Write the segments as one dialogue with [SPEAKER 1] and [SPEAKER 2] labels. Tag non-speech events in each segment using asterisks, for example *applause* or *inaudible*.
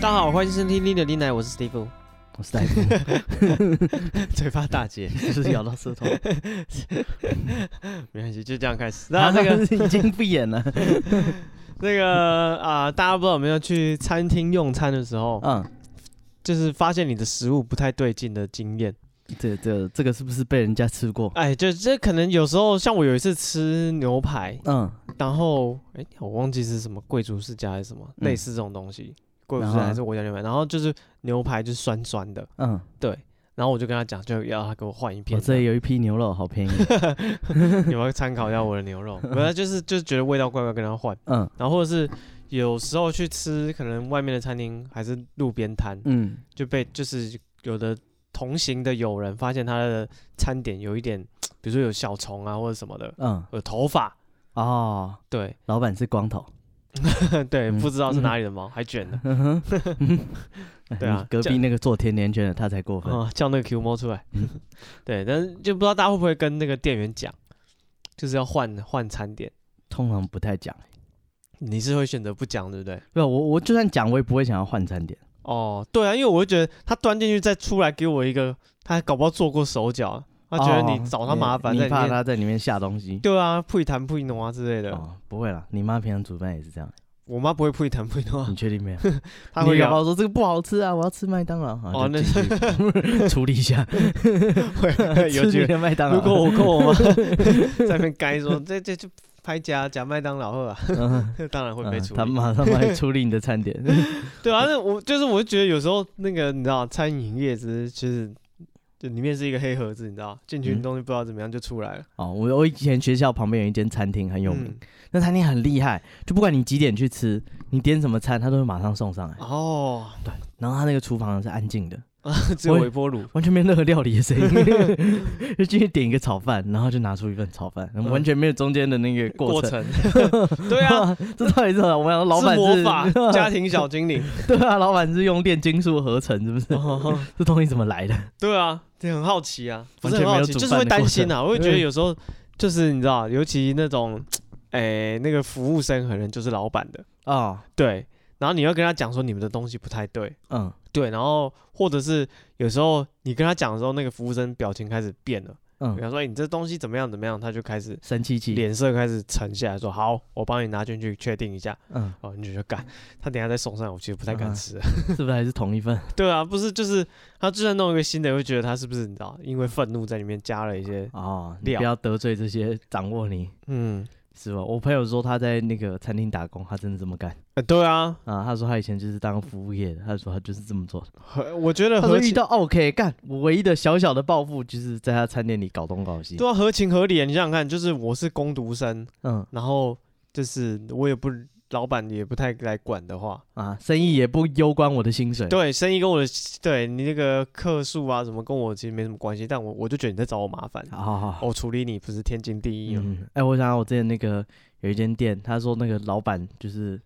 [SPEAKER 1] 大家好，欢迎收听《丽的丽奶》，我是 Steve，
[SPEAKER 2] 我是戴夫，
[SPEAKER 1] *laughs* 嘴巴打结，
[SPEAKER 2] 就是咬到 *laughs* 舌头，
[SPEAKER 1] *laughs* 没关系，就这样开始。那那个
[SPEAKER 2] 已经不演了。
[SPEAKER 1] *laughs* 那个啊、大家不知道有没有去餐厅用餐的时候，
[SPEAKER 2] 嗯，
[SPEAKER 1] 就是发现你的食物不太对劲的经验？
[SPEAKER 2] 这嗯这这个是不是被人家吃过？
[SPEAKER 1] 哎，就这可能有时候，像我有一次吃牛排，
[SPEAKER 2] 嗯，
[SPEAKER 1] 然后哎，我忘记是什么贵族世家还是什么、
[SPEAKER 2] 嗯
[SPEAKER 1] 类似这种东西，贵族
[SPEAKER 2] 然
[SPEAKER 1] 世家
[SPEAKER 2] 后呢
[SPEAKER 1] 还是我家牛排，然后就是牛排就是酸酸的，
[SPEAKER 2] 嗯，
[SPEAKER 1] 对。然后我就跟他讲，就要他给我换一片
[SPEAKER 2] 我
[SPEAKER 1] 哦这
[SPEAKER 2] 这
[SPEAKER 1] 样，
[SPEAKER 2] 里有一批牛肉，好
[SPEAKER 1] *laughs*
[SPEAKER 2] 便宜。
[SPEAKER 1] 你们要参考一下我的牛 *laughs* 肉，没有，就是就是觉得味道怪怪，跟他换。
[SPEAKER 2] 嗯
[SPEAKER 1] 然后或者是有时候去吃可能外面的餐厅还是路边摊，
[SPEAKER 2] 嗯，
[SPEAKER 1] 就被就是有的同行的友人发现他的餐点有一点，比如说有小虫啊或者什么的，
[SPEAKER 2] 嗯，
[SPEAKER 1] 有头发，
[SPEAKER 2] 哦，
[SPEAKER 1] 对 *laughs*
[SPEAKER 2] 老板是光头，
[SPEAKER 1] 对，
[SPEAKER 2] 嗯
[SPEAKER 1] 不知道是哪里的毛，还卷
[SPEAKER 2] *laughs*
[SPEAKER 1] 的， *laughs* 对啊
[SPEAKER 2] 你嗯 *laughs* 隔壁那个做甜甜圈的他才过分。
[SPEAKER 1] 啊，叫那个 Q 猫出来，
[SPEAKER 2] 嗯
[SPEAKER 1] 对，但是就不知道大家会不会跟那个店员讲，就是要换换餐点，
[SPEAKER 2] 通常不太讲，
[SPEAKER 1] 你是会选择不讲对不对？
[SPEAKER 2] 不，我我就算讲，我也不会想要换餐点。
[SPEAKER 1] 哦，对啊，因为我会觉得他端进去再出来给我一个，他搞不好做过手脚啊，他觉得你
[SPEAKER 2] 哦
[SPEAKER 1] 找他麻烦，
[SPEAKER 2] 你
[SPEAKER 1] 在
[SPEAKER 2] 你
[SPEAKER 1] 里
[SPEAKER 2] 怕
[SPEAKER 1] 面
[SPEAKER 2] 他在里面下东西。
[SPEAKER 1] 对啊，配谈配弄啊之类的。
[SPEAKER 2] 哦，不会啦，你妈平常煮饭也是这样，
[SPEAKER 1] 我妈不会配谈配弄啊
[SPEAKER 2] 你，确定没有？
[SPEAKER 1] 她会
[SPEAKER 2] 嗯你搞
[SPEAKER 1] 咬
[SPEAKER 2] 不好说这个不好吃啊，我要吃麦当劳。啊
[SPEAKER 1] 哦
[SPEAKER 2] 就进 *laughs* 去处理一下， *laughs*
[SPEAKER 1] 会有
[SPEAKER 2] 吃
[SPEAKER 1] 几
[SPEAKER 2] 你
[SPEAKER 1] 个。
[SPEAKER 2] 的麦当劳。
[SPEAKER 1] 如果我跟我妈 *laughs* 在那边该说，这这就拍假假麦当劳了啊，
[SPEAKER 2] *laughs* 嗯
[SPEAKER 1] 当然会被
[SPEAKER 2] 嗯
[SPEAKER 1] 处
[SPEAKER 2] 他
[SPEAKER 1] 理。
[SPEAKER 2] 马上来处理你的
[SPEAKER 1] *laughs*
[SPEAKER 2] 餐点。
[SPEAKER 1] 对啊，那我就是我就觉得有时候那个你知道，餐饮业只是就是就里面是一个黑盒子，你知道，进去
[SPEAKER 2] 嗯
[SPEAKER 1] 东西不知道怎么样就出来了。
[SPEAKER 2] 哦，我我以前学校旁边有一间餐厅很有名，
[SPEAKER 1] 嗯
[SPEAKER 2] 那餐厅很厉害，就不管你几点去吃，你点什么餐，他都会马上送上来。
[SPEAKER 1] 哦，
[SPEAKER 2] *laughs*
[SPEAKER 1] *laughs*
[SPEAKER 2] 然后他那个厨房是安静的，
[SPEAKER 1] 只有
[SPEAKER 2] 我也
[SPEAKER 1] 微波炉。
[SPEAKER 2] 完全没有任何料理的声音，
[SPEAKER 1] *laughs*
[SPEAKER 2] 就进去点一个炒饭，然后就拿出一份炒饭，
[SPEAKER 1] 嗯
[SPEAKER 2] 完全没有中间的那个过程。
[SPEAKER 1] 程， *laughs* 对啊，
[SPEAKER 2] 哇，这到底是什么？我想 *laughs* 老板
[SPEAKER 1] 是魔法家
[SPEAKER 2] 庭
[SPEAKER 1] 庭小精灵，
[SPEAKER 2] *laughs* 对啊，老板是用炼金术合成，是不是？ *laughs* 这东西怎么来的？
[SPEAKER 1] 对啊，这很好奇啊，不是
[SPEAKER 2] 完全
[SPEAKER 1] 很好
[SPEAKER 2] 没有
[SPEAKER 1] 奇，
[SPEAKER 2] 煮
[SPEAKER 1] 就是
[SPEAKER 2] 饭
[SPEAKER 1] 会
[SPEAKER 2] 的
[SPEAKER 1] 担
[SPEAKER 2] 过
[SPEAKER 1] 心
[SPEAKER 2] 程嗯
[SPEAKER 1] 啊，我会觉得有时候就是你知道，尤其那种，哎，那个服务生可能就是老板的，
[SPEAKER 2] 哦，
[SPEAKER 1] 对，然后你要跟他讲说你们的东西不太对，
[SPEAKER 2] 嗯
[SPEAKER 1] 对，然后或者是有时候你跟他讲的时候，那个服务生表情开始变了，比
[SPEAKER 2] 嗯，
[SPEAKER 1] 方说哎你这东西怎么样怎么样，他就开始
[SPEAKER 2] 神奇奇，
[SPEAKER 1] 脸色开始沉下来说好，我帮你拿进去确定一下，
[SPEAKER 2] 嗯，
[SPEAKER 1] 哦，你就觉得干，他等一下再送上来，我其实不太敢
[SPEAKER 2] 嗯
[SPEAKER 1] 吃。啊
[SPEAKER 2] 是不是还是同一份？
[SPEAKER 1] *laughs* 对啊，不是，就是他就算弄一个新的，也会觉得他是不是你知道，因为愤怒在里面加了一些，
[SPEAKER 2] *laughs* 哦，你
[SPEAKER 1] 料
[SPEAKER 2] 不要得罪这些掌握你
[SPEAKER 1] 嗯，
[SPEAKER 2] 是吧？我朋友说他在那个餐厅打工，他真的这么干
[SPEAKER 1] 呃、对啊，
[SPEAKER 2] 啊。他说他以前就是当服务业的，他说他就是这么做的。
[SPEAKER 1] 和我觉得
[SPEAKER 2] 他说
[SPEAKER 1] 合
[SPEAKER 2] 遇
[SPEAKER 1] 情，
[SPEAKER 2] 到 OK 干，我唯一的小小的报复就是在他餐店里搞东搞西。
[SPEAKER 1] 对啊，合情合理啊。你想想看，就是我是工读生，
[SPEAKER 2] 嗯
[SPEAKER 1] 然后就是我也不，老板也不太来管的话，
[SPEAKER 2] 啊，生意也不攸关我的薪水。
[SPEAKER 1] 对，生意跟我的，对你那个客数啊什么，跟我其实没什么关系，但我我就觉得你在找我麻烦，哦
[SPEAKER 2] 好，好好好。
[SPEAKER 1] 我处理你不是天经地义吗？哦
[SPEAKER 2] 嗯，哎、我想到我之前那个有一间店，他说那个老板就是，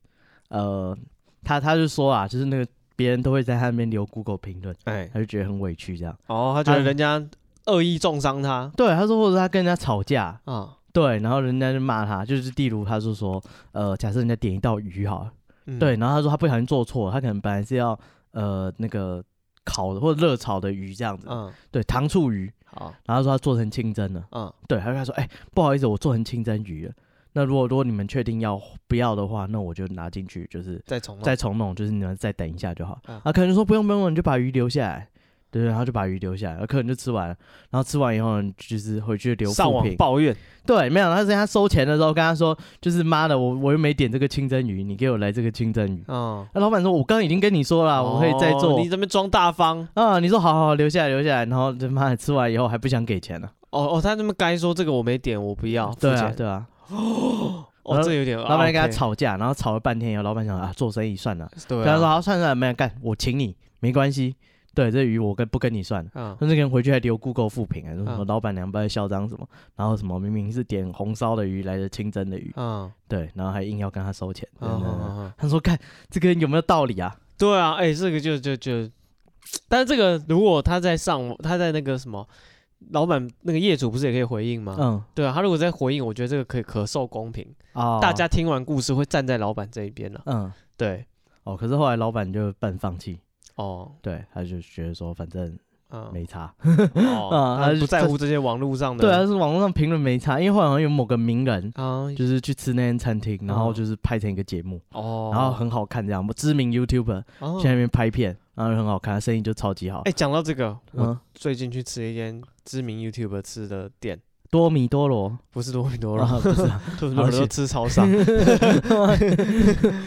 [SPEAKER 2] 呃，他他就说啊，就是那个别人都会在他那边留 Google 评论，
[SPEAKER 1] 哎，
[SPEAKER 2] 他就觉得很委屈这样。
[SPEAKER 1] 哦，他觉得
[SPEAKER 2] 他
[SPEAKER 1] 人家恶意重伤他
[SPEAKER 2] 对，他说或者他跟人家吵架，
[SPEAKER 1] 啊，
[SPEAKER 2] 对，然后人家就骂他，就是例如他就说，呃，假设人家点一道鱼好了，
[SPEAKER 1] 嗯
[SPEAKER 2] 对，，然后他说他不小心做错，他可能本来是要呃那个烤的或者热炒的鱼这样子，
[SPEAKER 1] 嗯，
[SPEAKER 2] 对，糖醋鱼，
[SPEAKER 1] 好，
[SPEAKER 2] 然后他说他做成清蒸了，
[SPEAKER 1] 嗯，
[SPEAKER 2] 对，他就跟他说，哎、不好意思，我做成清蒸鱼了。那如果如果你们确定要不要的话，那我就拿进去，就是
[SPEAKER 1] 再重弄
[SPEAKER 2] 再重弄，就是你们再等一下就好。
[SPEAKER 1] 嗯
[SPEAKER 2] 啊，可能说不用不用，你就把鱼留下来。对对，然后就把鱼留下来，然啊后客人就吃完了，然后吃完以后呢，就是回去留
[SPEAKER 1] 上
[SPEAKER 2] 复
[SPEAKER 1] 网
[SPEAKER 2] 评。
[SPEAKER 1] 抱怨，
[SPEAKER 2] 对，没有，他是他收钱的时候跟他说，就是妈的，我我又没点这个清蒸鱼，你给我来这个清蒸鱼。
[SPEAKER 1] 嗯，
[SPEAKER 2] 那老板说，我刚刚已经跟你说了，我可以再
[SPEAKER 1] 哦
[SPEAKER 2] 做
[SPEAKER 1] 你。这边装大方，
[SPEAKER 2] 啊、你说好好好留下来留下来，然后他妈的吃完以后还不想给钱呢、
[SPEAKER 1] 哦哦，他那么该说这个我没点，我不要，
[SPEAKER 2] 对
[SPEAKER 1] 付
[SPEAKER 2] 啊
[SPEAKER 1] 钱，
[SPEAKER 2] 对啊，
[SPEAKER 1] 哦，这有点，
[SPEAKER 2] 老
[SPEAKER 1] 啊
[SPEAKER 2] 板跟他，
[SPEAKER 1] OK
[SPEAKER 2] 吵架，然后吵了半天以后，老板想啊做生意算了，
[SPEAKER 1] 对
[SPEAKER 2] 跟他
[SPEAKER 1] 啊，
[SPEAKER 2] 说好算了算了，没有干，我请你没关系。对，这鱼我跟不跟你算了。
[SPEAKER 1] 嗯，
[SPEAKER 2] 那这个人回去还留 Google 复评啊，说什么
[SPEAKER 1] 嗯
[SPEAKER 2] 老板娘不知道在嚣张什么，然后什么明明是点红烧的鱼来的清蒸的鱼，
[SPEAKER 1] 嗯，
[SPEAKER 2] 对，然后还硬要跟他收钱。
[SPEAKER 1] 嗯
[SPEAKER 2] 真的
[SPEAKER 1] 嗯嗯嗯
[SPEAKER 2] 他说看这个人有没有道理啊？
[SPEAKER 1] 对啊，哎，这个就就就，但是这个如果他在上网，他在那个什么，老板那个业主不是也可以回应吗？
[SPEAKER 2] 嗯，
[SPEAKER 1] 对啊，他如果在回应，我觉得这个可以可受公平，
[SPEAKER 2] 哦，
[SPEAKER 1] 大家听完故事会站在老板这一边了，
[SPEAKER 2] 嗯
[SPEAKER 1] 对，
[SPEAKER 2] 哦，可是后来老板就半放弃，
[SPEAKER 1] 哦，
[SPEAKER 2] 对，他就觉得说反正
[SPEAKER 1] 嗯，
[SPEAKER 2] 没差，
[SPEAKER 1] *laughs* 哦，
[SPEAKER 2] 嗯他
[SPEAKER 1] 他
[SPEAKER 2] 就
[SPEAKER 1] 不在乎这些网络上的，
[SPEAKER 2] 对啊，就是网络上评论没差，因为后来好像有某个名人。
[SPEAKER 1] 啊，
[SPEAKER 2] 就是去吃那间餐厅，然后
[SPEAKER 1] 嗯
[SPEAKER 2] 就是拍成一个节目，
[SPEAKER 1] 哦，
[SPEAKER 2] 然后很好看，这样知名 YouTuber
[SPEAKER 1] 哦
[SPEAKER 2] 去那边拍片，然后很好看，他生意就超级好。
[SPEAKER 1] 哎，讲到这个，我
[SPEAKER 2] 嗯，
[SPEAKER 1] 最近去吃一间知名 YouTube 吃的店，
[SPEAKER 2] 多米
[SPEAKER 1] *laughs*
[SPEAKER 2] 多罗， *laughs*
[SPEAKER 1] 不是多米多
[SPEAKER 2] 啊
[SPEAKER 1] 了，
[SPEAKER 2] 不是啊，
[SPEAKER 1] *laughs* 多米多罗
[SPEAKER 2] 而且
[SPEAKER 1] 都吃超
[SPEAKER 2] *laughs*
[SPEAKER 1] 商，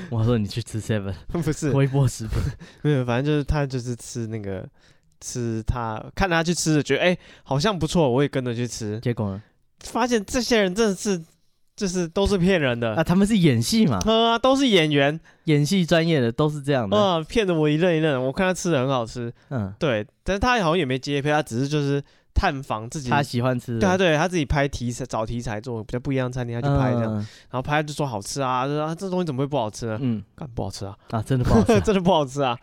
[SPEAKER 2] 我说你去吃 seven
[SPEAKER 1] 不是，
[SPEAKER 2] *laughs* 微波食品，
[SPEAKER 1] 没有，反正就是他就是吃那个吃他看他去吃的，觉得哎、好像不错，我也跟着去吃，
[SPEAKER 2] 结果呢？
[SPEAKER 1] 发现这些人真的是就是都是骗人的，
[SPEAKER 2] 啊，他们是演戏嘛，
[SPEAKER 1] 呃、都是演员，
[SPEAKER 2] 演戏专业的都是这样的。
[SPEAKER 1] 啊，骗得我一愣一愣。我看他吃的很好吃，
[SPEAKER 2] 嗯，
[SPEAKER 1] 对，但是他好像也没接配，他只是就是探访自己。
[SPEAKER 2] 他喜欢吃的，
[SPEAKER 1] 对啊，对，他自己拍题材，找题材做比较不一样的餐厅，他去拍这样，
[SPEAKER 2] 嗯。
[SPEAKER 1] 然后拍就说好吃啊，就说啊这东西怎么会不好吃呢？
[SPEAKER 2] 嗯
[SPEAKER 1] 干不好吃啊，。
[SPEAKER 2] 啊，真的不好
[SPEAKER 1] *laughs*
[SPEAKER 2] 吃
[SPEAKER 1] 真的不好吃
[SPEAKER 2] *laughs*
[SPEAKER 1] 啊，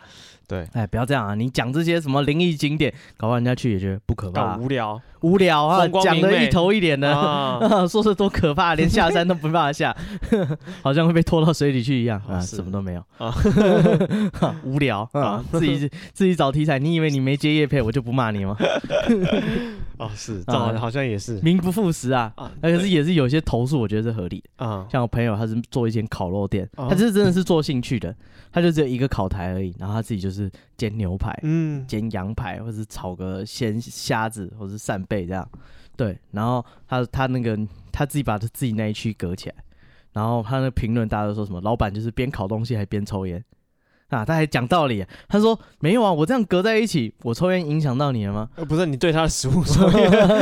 [SPEAKER 2] 哎，不要这样啊！你讲这些什么灵异景点，搞不好人家去也觉得不可怕
[SPEAKER 1] 搞
[SPEAKER 2] 啊、
[SPEAKER 1] 无聊
[SPEAKER 2] 无聊啊，
[SPEAKER 1] 风光
[SPEAKER 2] 讲
[SPEAKER 1] 明
[SPEAKER 2] 的
[SPEAKER 1] 媚
[SPEAKER 2] 一头一脸
[SPEAKER 1] *laughs*
[SPEAKER 2] 的，
[SPEAKER 1] 啊。
[SPEAKER 2] *laughs* 说是多可怕，连下山都不怕下， *laughs* 好像会被拖到水里去一样啊，
[SPEAKER 1] 是
[SPEAKER 2] 什么都没有
[SPEAKER 1] 啊
[SPEAKER 2] 啊， *laughs* 无聊
[SPEAKER 1] *laughs*
[SPEAKER 2] 啊
[SPEAKER 1] 啊，
[SPEAKER 2] 自己自己找题材，你以为你没接叶配我就不骂你
[SPEAKER 1] *laughs*
[SPEAKER 2] 吗？
[SPEAKER 1] 哦，是，这好
[SPEAKER 2] 啊
[SPEAKER 1] 像好像也是
[SPEAKER 2] 名不副实啊。
[SPEAKER 1] 啊，
[SPEAKER 2] 那可是
[SPEAKER 1] 对
[SPEAKER 2] 也是有些投诉，我觉得是合理的。 *laughs*
[SPEAKER 1] 啊，
[SPEAKER 2] 像我朋友，他是做一间烤肉店，
[SPEAKER 1] 哦
[SPEAKER 2] 他这真的是做兴趣的，他就只有一个烤台而已，然后他自己就是煎牛排，
[SPEAKER 1] 嗯，
[SPEAKER 2] 煎羊排，或是炒个鲜虾子，或是扇贝这样。对，然后他他那个他自己把他自己那一区隔起来，然后他那评论大家都说什么，老板就是边烤东西还边抽烟啊，他还讲道理，他说没有啊，我这样隔在一起，我抽烟影响到你了吗？ *laughs*
[SPEAKER 1] 呃不是你对他的食物说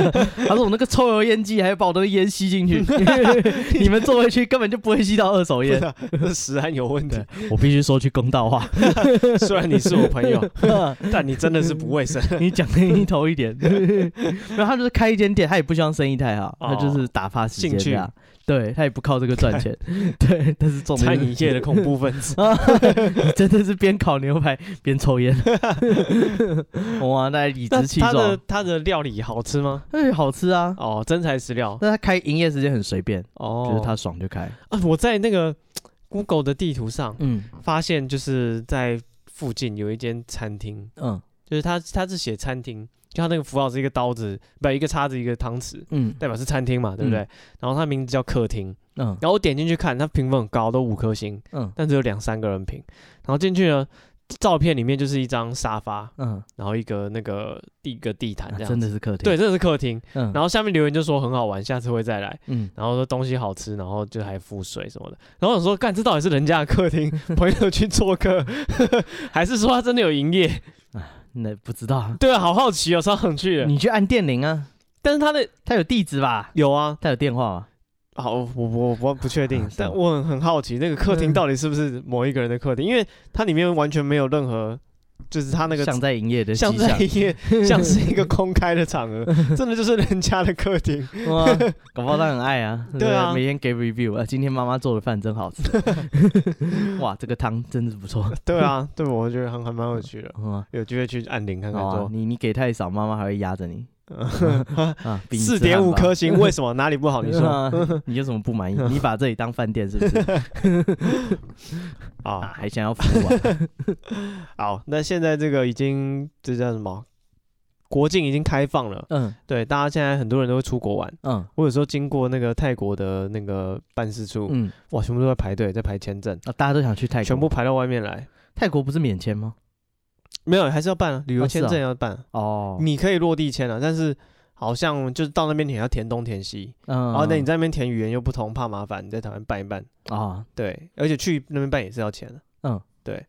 [SPEAKER 1] *laughs*
[SPEAKER 2] 他说我那个抽油烟机还把我的烟吸进去， *laughs* 你们座位区根本就不会吸到二手烟。
[SPEAKER 1] 这食安有问题，
[SPEAKER 2] 我必须说句公道话， *laughs*
[SPEAKER 1] *laughs* 虽然你是我朋友， *laughs* 但你真的是不卫生 *laughs*
[SPEAKER 2] 你讲的一头一点，然后他就是开一间店，他也不希望生意太好，
[SPEAKER 1] 哦
[SPEAKER 2] 他就是打发时间
[SPEAKER 1] 兴趣
[SPEAKER 2] 这样，对他也不靠这个赚
[SPEAKER 1] *laughs*
[SPEAKER 2] 钱，对，但是 *laughs* 重点
[SPEAKER 1] 餐
[SPEAKER 2] 就是。
[SPEAKER 1] 饮界的恐怖分子
[SPEAKER 2] 啊， *laughs* 你真的是边烤牛排边抽
[SPEAKER 1] *laughs*
[SPEAKER 2] 烟，哇，那理
[SPEAKER 1] 那
[SPEAKER 2] 直气
[SPEAKER 1] 他的
[SPEAKER 2] 壮，
[SPEAKER 1] 他的料理好吃吗？
[SPEAKER 2] 哎，好吃啊，
[SPEAKER 1] 哦，真材实料
[SPEAKER 2] 但他开营业时间很随便，
[SPEAKER 1] 哦
[SPEAKER 2] 觉。得他爽就开，
[SPEAKER 1] 啊，我在那个 Google 的地图上
[SPEAKER 2] 嗯
[SPEAKER 1] 发现，就是在附近有一间餐厅，
[SPEAKER 2] 嗯
[SPEAKER 1] 就是他他是写餐厅，就他那个符号是一个刀子，不一个叉子一个汤匙，
[SPEAKER 2] 嗯
[SPEAKER 1] 代表是餐厅嘛，对不对？然后他名字叫客厅。
[SPEAKER 2] 嗯
[SPEAKER 1] 然后我点进去看，它评分很高，都五颗星，
[SPEAKER 2] 嗯
[SPEAKER 1] 但只有两三个人评。然后进去呢，照片里面就是一张沙发，
[SPEAKER 2] 嗯，
[SPEAKER 1] 然后一个那个地一个地毯
[SPEAKER 2] 啊
[SPEAKER 1] 这样、
[SPEAKER 2] 真的，是客厅，
[SPEAKER 1] 对，，这是客厅。
[SPEAKER 2] 嗯，
[SPEAKER 1] 然后下面留言就说很好玩，下次会再来。
[SPEAKER 2] 嗯。
[SPEAKER 1] 然后说东西好吃，然后就还附水什么的。然后我说，干，这到底是人家的客厅，朋友去做客， *laughs* 还是说他真的有营业？
[SPEAKER 2] 那不知道啊，
[SPEAKER 1] 对啊，好好奇哦，超想去的。
[SPEAKER 2] 你去按电铃啊，
[SPEAKER 1] 但是他的
[SPEAKER 2] 他有地址吧？
[SPEAKER 1] 有啊，
[SPEAKER 2] 他有电话吗？
[SPEAKER 1] 好，我我我不确定
[SPEAKER 2] 啊，
[SPEAKER 1] 但
[SPEAKER 2] 是
[SPEAKER 1] 我很很好奇那个客厅到底是不是某一个人的客厅，因为它里面完全没有任何，就是它那个
[SPEAKER 2] 像在营业的迹
[SPEAKER 1] 像
[SPEAKER 2] 象，
[SPEAKER 1] 在一个像是一
[SPEAKER 2] *laughs*
[SPEAKER 1] 个公开的场合，真的就是人家的客厅。
[SPEAKER 2] 哇，搞不好他很
[SPEAKER 1] *laughs*
[SPEAKER 2] 爱啊。
[SPEAKER 1] 对啊
[SPEAKER 2] 每天给 review 啊，今天妈妈做的饭真好吃。 *laughs* 哇，这个汤真是不错。
[SPEAKER 1] 对
[SPEAKER 2] *laughs*
[SPEAKER 1] 啊，对，我觉得很还蛮有趣的，
[SPEAKER 2] 哇，
[SPEAKER 1] 有机会去按铃看看
[SPEAKER 2] 哇
[SPEAKER 1] 说。
[SPEAKER 2] 你你给太少，妈妈还会压着你啊。
[SPEAKER 1] *laughs*
[SPEAKER 2] 比你
[SPEAKER 1] 四
[SPEAKER 2] 吃汉
[SPEAKER 1] 点
[SPEAKER 2] 堡
[SPEAKER 1] 五颗嗯星，为什
[SPEAKER 2] *laughs*
[SPEAKER 1] 么哪里不好？你说
[SPEAKER 2] 啊 *laughs* 你有什么不满意？你把这里当饭店
[SPEAKER 1] *laughs*
[SPEAKER 2] 是不是？啊，
[SPEAKER 1] 啊？
[SPEAKER 2] 还想要服务
[SPEAKER 1] *laughs*
[SPEAKER 2] 啊？
[SPEAKER 1] 好，那现在这个已经这叫什么？国境已经开放了，
[SPEAKER 2] 嗯
[SPEAKER 1] 对，大家现在很多人都会出国玩。
[SPEAKER 2] 嗯
[SPEAKER 1] 我有时候经过那个泰国的那个办事处，
[SPEAKER 2] 嗯，
[SPEAKER 1] 哇，全部都在排队，在排签证，
[SPEAKER 2] 啊，大家都想去泰国，
[SPEAKER 1] 全部排到外面来。
[SPEAKER 2] 泰国不是免签吗？
[SPEAKER 1] 没有，还是要办啊，旅游
[SPEAKER 2] 啊是
[SPEAKER 1] 签
[SPEAKER 2] 啊
[SPEAKER 1] 证要办啊、
[SPEAKER 2] 哦，
[SPEAKER 1] 你可以落地签啊，但是好像就是到那边你还要填东填西，
[SPEAKER 2] 嗯，
[SPEAKER 1] 然后哦那你在那边填语言又不同，怕麻烦，你在台湾办一办。
[SPEAKER 2] 啊，
[SPEAKER 1] 对，而且去那边办也是要钱的、
[SPEAKER 2] 嗯
[SPEAKER 1] 对，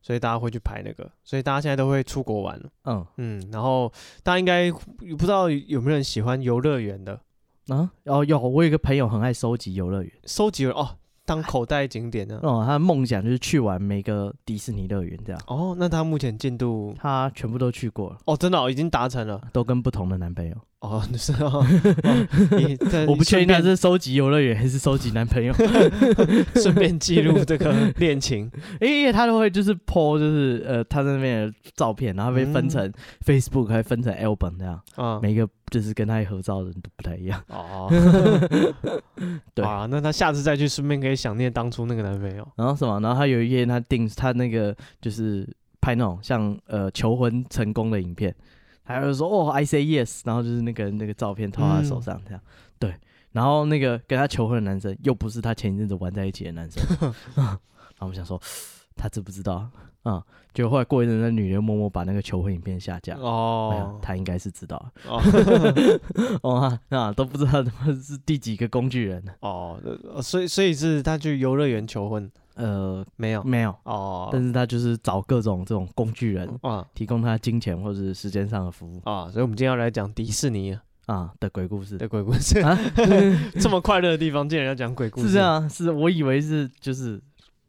[SPEAKER 1] 所以大家会去排那个，所以大家现在都会出国玩了。
[SPEAKER 2] 嗯
[SPEAKER 1] 嗯，然后大家应该不知道有没有人喜欢游乐园的，
[SPEAKER 2] 啊，哦有，我有一个朋友很爱收集游乐园，
[SPEAKER 1] 收集哦当口袋景点啊呢、
[SPEAKER 2] 哦，他的梦想就是去玩每个迪士尼乐园这样，
[SPEAKER 1] 哦，那他目前进度
[SPEAKER 2] 他全部都去过了，
[SPEAKER 1] 哦，真的、哦、已经达成了
[SPEAKER 2] 都跟不同的男朋友，
[SPEAKER 1] 哦， *laughs* 是哦，哦呃你在
[SPEAKER 2] *laughs* 我不确定他
[SPEAKER 1] 顺便
[SPEAKER 2] 是收集游乐园还是收集男朋友，
[SPEAKER 1] *laughs* 顺便记录这个恋情，
[SPEAKER 2] 因为他都会就是 po 就是呃他在那边的照片，然后被分成 Facebook 还分成 album 这样，
[SPEAKER 1] 啊、
[SPEAKER 2] 每一个就是跟他合照的人都不太一样，
[SPEAKER 1] 哦，
[SPEAKER 2] *laughs* 对
[SPEAKER 1] 啊，那他下次再去，顺便可以想念当初那个男朋友。
[SPEAKER 2] 然后什么，然后他有一天他定他那个就是拍那种像呃求婚成功的影片，他就说哦 I say yes，然后就是那个那个照片套他手上这样，对，然后那个跟他求婚的男生又不是他前一阵子玩在一起的男生，然后我们想说他知不知道啊、嗯？结果后来过一阵，那女人默默把那个求婚影片下架。哎呀
[SPEAKER 1] 哦，
[SPEAKER 2] 他应该是
[SPEAKER 1] *laughs*
[SPEAKER 2] 知道， *laughs*
[SPEAKER 1] 哦
[SPEAKER 2] 哦啊啊都不知道他们是第几个工具人呢。
[SPEAKER 1] 哦，呃所以所以是他去游乐园求婚
[SPEAKER 2] 呃，
[SPEAKER 1] 没有？
[SPEAKER 2] 没有，
[SPEAKER 1] 哦，
[SPEAKER 2] 但是他就是找各种这种工具人，
[SPEAKER 1] 啊
[SPEAKER 2] 提供他金钱或者是时间上的服务
[SPEAKER 1] 啊，所以我们今天要来讲迪士尼
[SPEAKER 2] 啊的鬼故事
[SPEAKER 1] 的鬼故事。
[SPEAKER 2] 啊， *laughs* 是
[SPEAKER 1] 这么快乐的地方，竟然要讲鬼故事？
[SPEAKER 2] 这样，是啊我以为是就是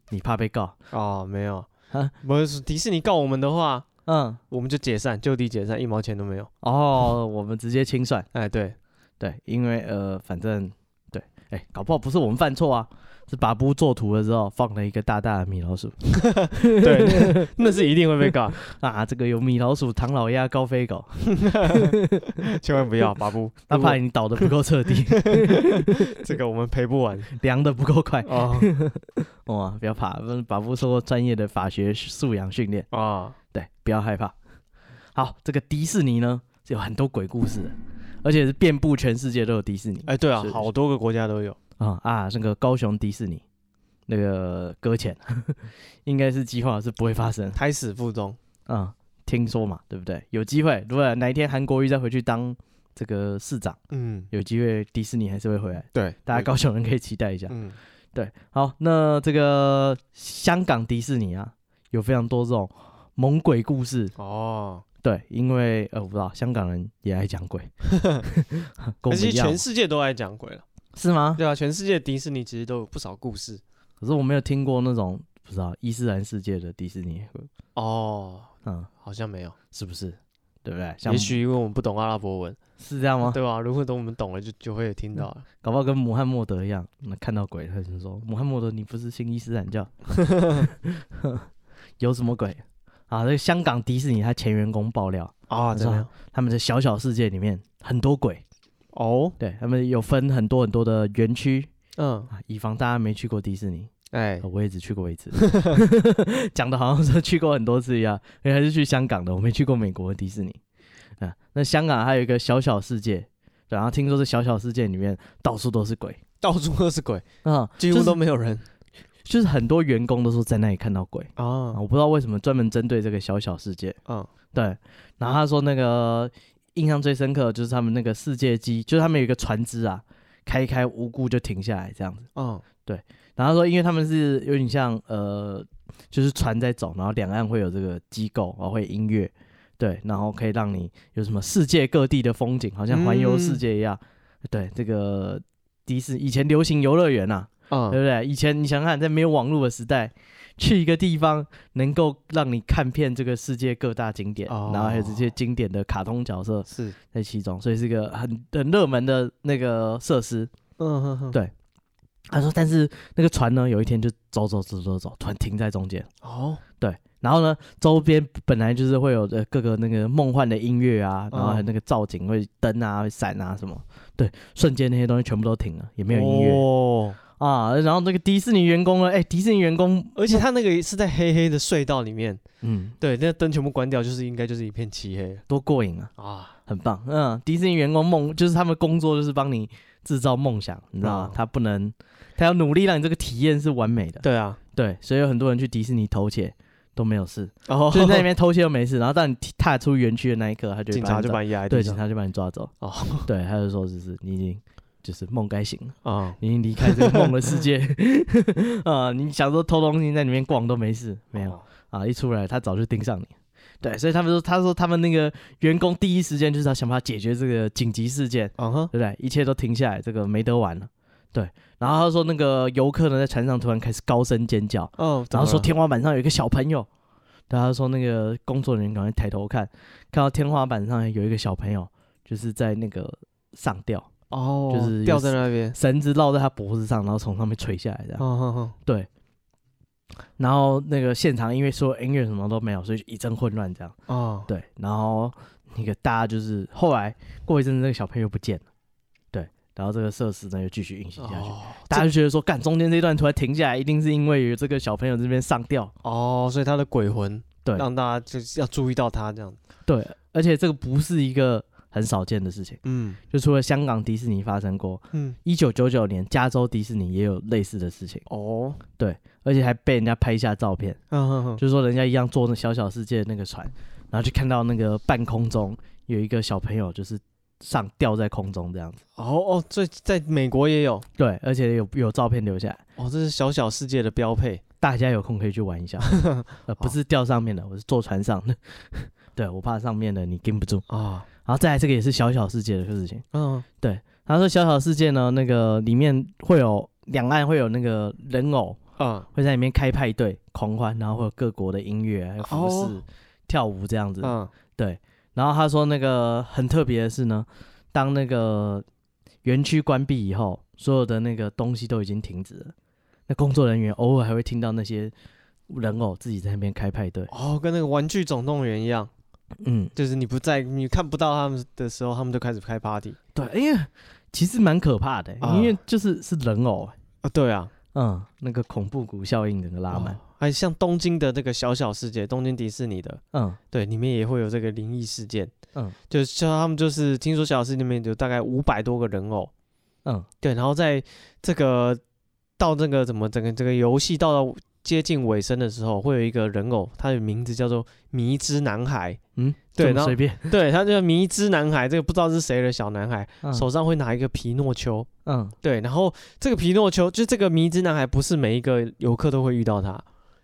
[SPEAKER 2] 你怕被告，
[SPEAKER 1] 哦，没有
[SPEAKER 2] 啊，
[SPEAKER 1] 不是迪士尼告我们的话，
[SPEAKER 2] 嗯，
[SPEAKER 1] 我们就解散，就地解散，一毛钱都没有。
[SPEAKER 2] 哦，我们直接清算，
[SPEAKER 1] 哎，对，
[SPEAKER 2] 对，因为呃，反正对，哎，搞不好不是我们犯错啊，是把布做图的时候放了一个大大的米老鼠
[SPEAKER 1] *laughs* 对，那是一定会被 *laughs* 告，
[SPEAKER 2] *laughs* 啊，这个有米老鼠、唐老鸭、高
[SPEAKER 1] *laughs*
[SPEAKER 2] 飞狗，
[SPEAKER 1] 千万不要，巴布，
[SPEAKER 2] 他怕
[SPEAKER 1] 如
[SPEAKER 2] 你倒的不够彻底， *laughs*
[SPEAKER 1] 果这个我们赔不完
[SPEAKER 2] 量的不够快，
[SPEAKER 1] *laughs* 哦
[SPEAKER 2] 哇、不要怕，把布受过专业的法学素养训练。
[SPEAKER 1] 啊
[SPEAKER 2] 对，不要害怕。好，这个迪士尼呢是有很多鬼故事的，而且是遍布全世界都有迪士尼
[SPEAKER 1] 哎，对啊
[SPEAKER 2] 是，是
[SPEAKER 1] 好多个国家都有。
[SPEAKER 2] 啊、啊！那个高雄迪士尼那个搁浅， *laughs* 应该是计划是不会发生
[SPEAKER 1] 胎死腹中
[SPEAKER 2] 啊、听说嘛，对不对？有机会，如果哪一天韩国瑜再回去当这个市长，
[SPEAKER 1] 嗯，
[SPEAKER 2] 有机会迪士尼还是会回来，
[SPEAKER 1] 对，
[SPEAKER 2] 大家高雄人可以期待一下。
[SPEAKER 1] 嗯
[SPEAKER 2] 对，好，那这个香港迪士尼啊，有非常多这种猛鬼故事，
[SPEAKER 1] 哦，
[SPEAKER 2] 对，因为呃，我不知道香港人也爱讲鬼，
[SPEAKER 1] *laughs*
[SPEAKER 2] *laughs* 跟
[SPEAKER 1] 而
[SPEAKER 2] 我们
[SPEAKER 1] 且
[SPEAKER 2] 一样
[SPEAKER 1] 全世界都爱讲鬼了，
[SPEAKER 2] 是吗？
[SPEAKER 1] 对啊，全世界迪士尼其实都有不少故事
[SPEAKER 2] 可是我没有听过那种不知道伊斯兰世界的迪士尼，
[SPEAKER 1] 哦，
[SPEAKER 2] 嗯，
[SPEAKER 1] 好像没有，
[SPEAKER 2] 是不是？对不对？像
[SPEAKER 1] 也许因为我们不懂阿拉伯文，
[SPEAKER 2] 是这样吗？
[SPEAKER 1] 对吧？啊如果等我们懂了，就就会听到了。
[SPEAKER 2] 搞不好跟穆罕默德一样，那看到鬼他就说：“穆罕默德，你不是信伊斯
[SPEAKER 1] *laughs*
[SPEAKER 2] 兰教？ *laughs* 有什么鬼啊？”这个香港迪士尼，他前员工爆料，
[SPEAKER 1] 啊，
[SPEAKER 2] 没
[SPEAKER 1] 怎么
[SPEAKER 2] 错
[SPEAKER 1] 样？
[SPEAKER 2] 他们的小小世界里面很多鬼，
[SPEAKER 1] 哦，
[SPEAKER 2] 对他们有分很多很多的园区
[SPEAKER 1] 嗯，
[SPEAKER 2] 啊，以防大家没去过迪士尼。
[SPEAKER 1] 哎
[SPEAKER 2] 呃，我也只去过一
[SPEAKER 1] *laughs*
[SPEAKER 2] 次，讲的好像说去过很多次一样，原来是去香港的，我没去过美国的迪士尼。啊，那香港还有一个小小世界，对然后听说这小小世界里面到处都是鬼，
[SPEAKER 1] 到处都是鬼，
[SPEAKER 2] 啊，
[SPEAKER 1] 几乎
[SPEAKER 2] 就
[SPEAKER 1] 都
[SPEAKER 2] 是
[SPEAKER 1] 没有人
[SPEAKER 2] 就是很多员工都说在那里看到鬼，啊，
[SPEAKER 1] 啊。
[SPEAKER 2] 我不知道为什么专门针对这个小小世界。
[SPEAKER 1] 嗯，
[SPEAKER 2] 对，然后他说那个印象最深刻的就是他们那个世界机，就是他们有一个船只啊，开一开无故就停下来这样子。
[SPEAKER 1] 嗯，
[SPEAKER 2] 然后他说，因为他们是有点像呃，就是船在走，然后两岸会有这个机构，然后会有音乐，对，然后可以让你有什么世界各地的风景，好像环游世界一样。对，这个迪士以前流行游乐园啊，对
[SPEAKER 1] 嗯，
[SPEAKER 2] 不对？以前你想想看，在没有网络的时代，去一个地方能够让你看遍这个世界各大景点，
[SPEAKER 1] 哦
[SPEAKER 2] 然后还有这些经典的卡通角色
[SPEAKER 1] 是，
[SPEAKER 2] 在其中，所以是一个很很热门的那个设施。
[SPEAKER 1] 嗯哼哼
[SPEAKER 2] 对他说，但是那个船呢，有一天就走走走走走，突然停在中间。
[SPEAKER 1] 哦，
[SPEAKER 2] 对，然后呢，周边本来就是会有呃各个那个梦幻的音乐啊，然后还有那个造景会灯啊、会闪啊什么，对，瞬间那些东西全部都停了，也没有音乐、
[SPEAKER 1] 哦，
[SPEAKER 2] 啊。然后那个迪士尼员工呢，哎，迪士尼员工，
[SPEAKER 1] 而且他那个是在黑黑的隧道里面，
[SPEAKER 2] 嗯，
[SPEAKER 1] 对，那灯全部关掉，就是应该就是一片漆黑
[SPEAKER 2] 多过瘾啊，
[SPEAKER 1] 啊。
[SPEAKER 2] 很棒。嗯，迪士尼员工梦就是他们工作就是帮你制造梦想，你知道吗？
[SPEAKER 1] 哦
[SPEAKER 2] 他不能，他要努力让你这个体验是完美的。
[SPEAKER 1] 对啊，
[SPEAKER 2] 对，所以有很多人去迪士尼偷窃，都没有事，
[SPEAKER 1] 然后
[SPEAKER 2] *laughs* 就是在那边偷窃又没事，然后到你踏出园区的那一刻，他就
[SPEAKER 1] *laughs* 哦警察就
[SPEAKER 2] 把
[SPEAKER 1] 把
[SPEAKER 2] 你
[SPEAKER 1] 你压在
[SPEAKER 2] 抓对
[SPEAKER 1] 地
[SPEAKER 2] 警
[SPEAKER 1] 上
[SPEAKER 2] 察就把你
[SPEAKER 1] *laughs*
[SPEAKER 2] 抓走，
[SPEAKER 1] 哦
[SPEAKER 2] 对，他就说就是你已经就是梦该醒了，
[SPEAKER 1] 啊，
[SPEAKER 2] 你已经离开这个梦的世界， *laughs* 啊、你想说偷东西在里面逛都没事，没有，
[SPEAKER 1] 哦
[SPEAKER 2] 啊，一出来他早就盯上你。对，所以他们说，他说他们那个员工第一时间就是要想办法解决这个紧急事件，
[SPEAKER 1] 啊哈，
[SPEAKER 2] 对不对？一切都停下来，这个没得玩了。对，然后他说那个游客呢在船上突然开始高声尖叫，
[SPEAKER 1] 哦，
[SPEAKER 2] 然后说
[SPEAKER 1] 天
[SPEAKER 2] 天花板上有一个小朋友，对，他说那个工作人员赶快抬头看，看到天花板上有一个小朋友，就是在那个上吊，
[SPEAKER 1] 哦，
[SPEAKER 2] 就是有
[SPEAKER 1] 吊在那边，
[SPEAKER 2] 绳子绕在他脖子上，然后从上面垂下来这样。
[SPEAKER 1] 哦哦
[SPEAKER 2] 对。然后那个现场因为说音乐什么都没有，所以就一阵混乱这样。
[SPEAKER 1] 哦哦，
[SPEAKER 2] 对，然后那个大家就是后来过一阵子，那个小朋友不见了，对，然后这个设施呢又继续运行下去。
[SPEAKER 1] 哦，
[SPEAKER 2] 大家就觉得说，干中间这段突然停下来，一定是因为有这个小朋友这边上吊。
[SPEAKER 1] 哦，所以他的鬼魂
[SPEAKER 2] 对
[SPEAKER 1] 让大家就是要注意到他这样，
[SPEAKER 2] 对，而且这个不是一个很少见的事情，
[SPEAKER 1] 嗯
[SPEAKER 2] 就除了香港迪士尼发生过，
[SPEAKER 1] 嗯，
[SPEAKER 2] 一九九九年加州迪士尼也有类似的事情，
[SPEAKER 1] 哦，
[SPEAKER 2] 而且还被人家拍下照片。
[SPEAKER 1] 嗯哼哼，
[SPEAKER 2] 就是说人家一样坐那小小世界的那个船，然后就看到那个半空中有一个小朋友就是上吊在空中这样子。
[SPEAKER 1] 哦哦，这在美国也有，
[SPEAKER 2] 对，而且有有照片留下来，
[SPEAKER 1] 哦，这是小小世界的标配，
[SPEAKER 2] 大家有空可以去玩一下。呃，不是吊上面的，我是坐船上的。 *laughs* 对，我怕上面的你跟不住。
[SPEAKER 1] 啊，
[SPEAKER 2] 然后再来这个也是小小世界的事情。
[SPEAKER 1] 嗯，
[SPEAKER 2] 他说小小世界呢，那个里面会有两岸会有那个人偶
[SPEAKER 1] 啊，
[SPEAKER 2] 会在里面开派对狂欢，然后会有各国的音乐、啊还有服饰、
[SPEAKER 1] 哦
[SPEAKER 2] 跳舞这样子。
[SPEAKER 1] 嗯，
[SPEAKER 2] 然后他说那个很特别的是呢，当那个园区关闭以后，所有的那个东西都已经停止了。那工作人员偶尔还会听到那些人偶自己在那边开派对，
[SPEAKER 1] 哦，跟那个玩具总动员一样，
[SPEAKER 2] 嗯，
[SPEAKER 1] 就是你不在，你看不到他们的时候，他们就开始开 party
[SPEAKER 2] 对，因为其实蛮可怕的、
[SPEAKER 1] 啊
[SPEAKER 2] 因为就是是人偶，欸
[SPEAKER 1] 啊，对啊，
[SPEAKER 2] 嗯，那个恐怖谷效应整个拉满
[SPEAKER 1] 哦，还像东京的那个小小世界，东京迪士尼的，
[SPEAKER 2] 嗯，
[SPEAKER 1] 对，里面也会有这个灵异事件。
[SPEAKER 2] 嗯，
[SPEAKER 1] 就是像他们就是听说小小世界里面有大概五百多个人偶。
[SPEAKER 2] 嗯，
[SPEAKER 1] 对，然后在这个到这个怎么整个这个游戏到了接近尾声的时候，会有一个人偶，他的名字叫做迷之男孩。
[SPEAKER 2] 嗯，
[SPEAKER 1] 对
[SPEAKER 2] 这么
[SPEAKER 1] 然后 *laughs*
[SPEAKER 2] 随便，
[SPEAKER 1] 对，他叫迷之男孩，这个不知道是谁的小男孩，
[SPEAKER 2] 嗯
[SPEAKER 1] 手上会拿一个皮诺丘。
[SPEAKER 2] 嗯，
[SPEAKER 1] 对，然后这个皮诺丘就这个迷之男孩，不是每一个游客都会遇到他，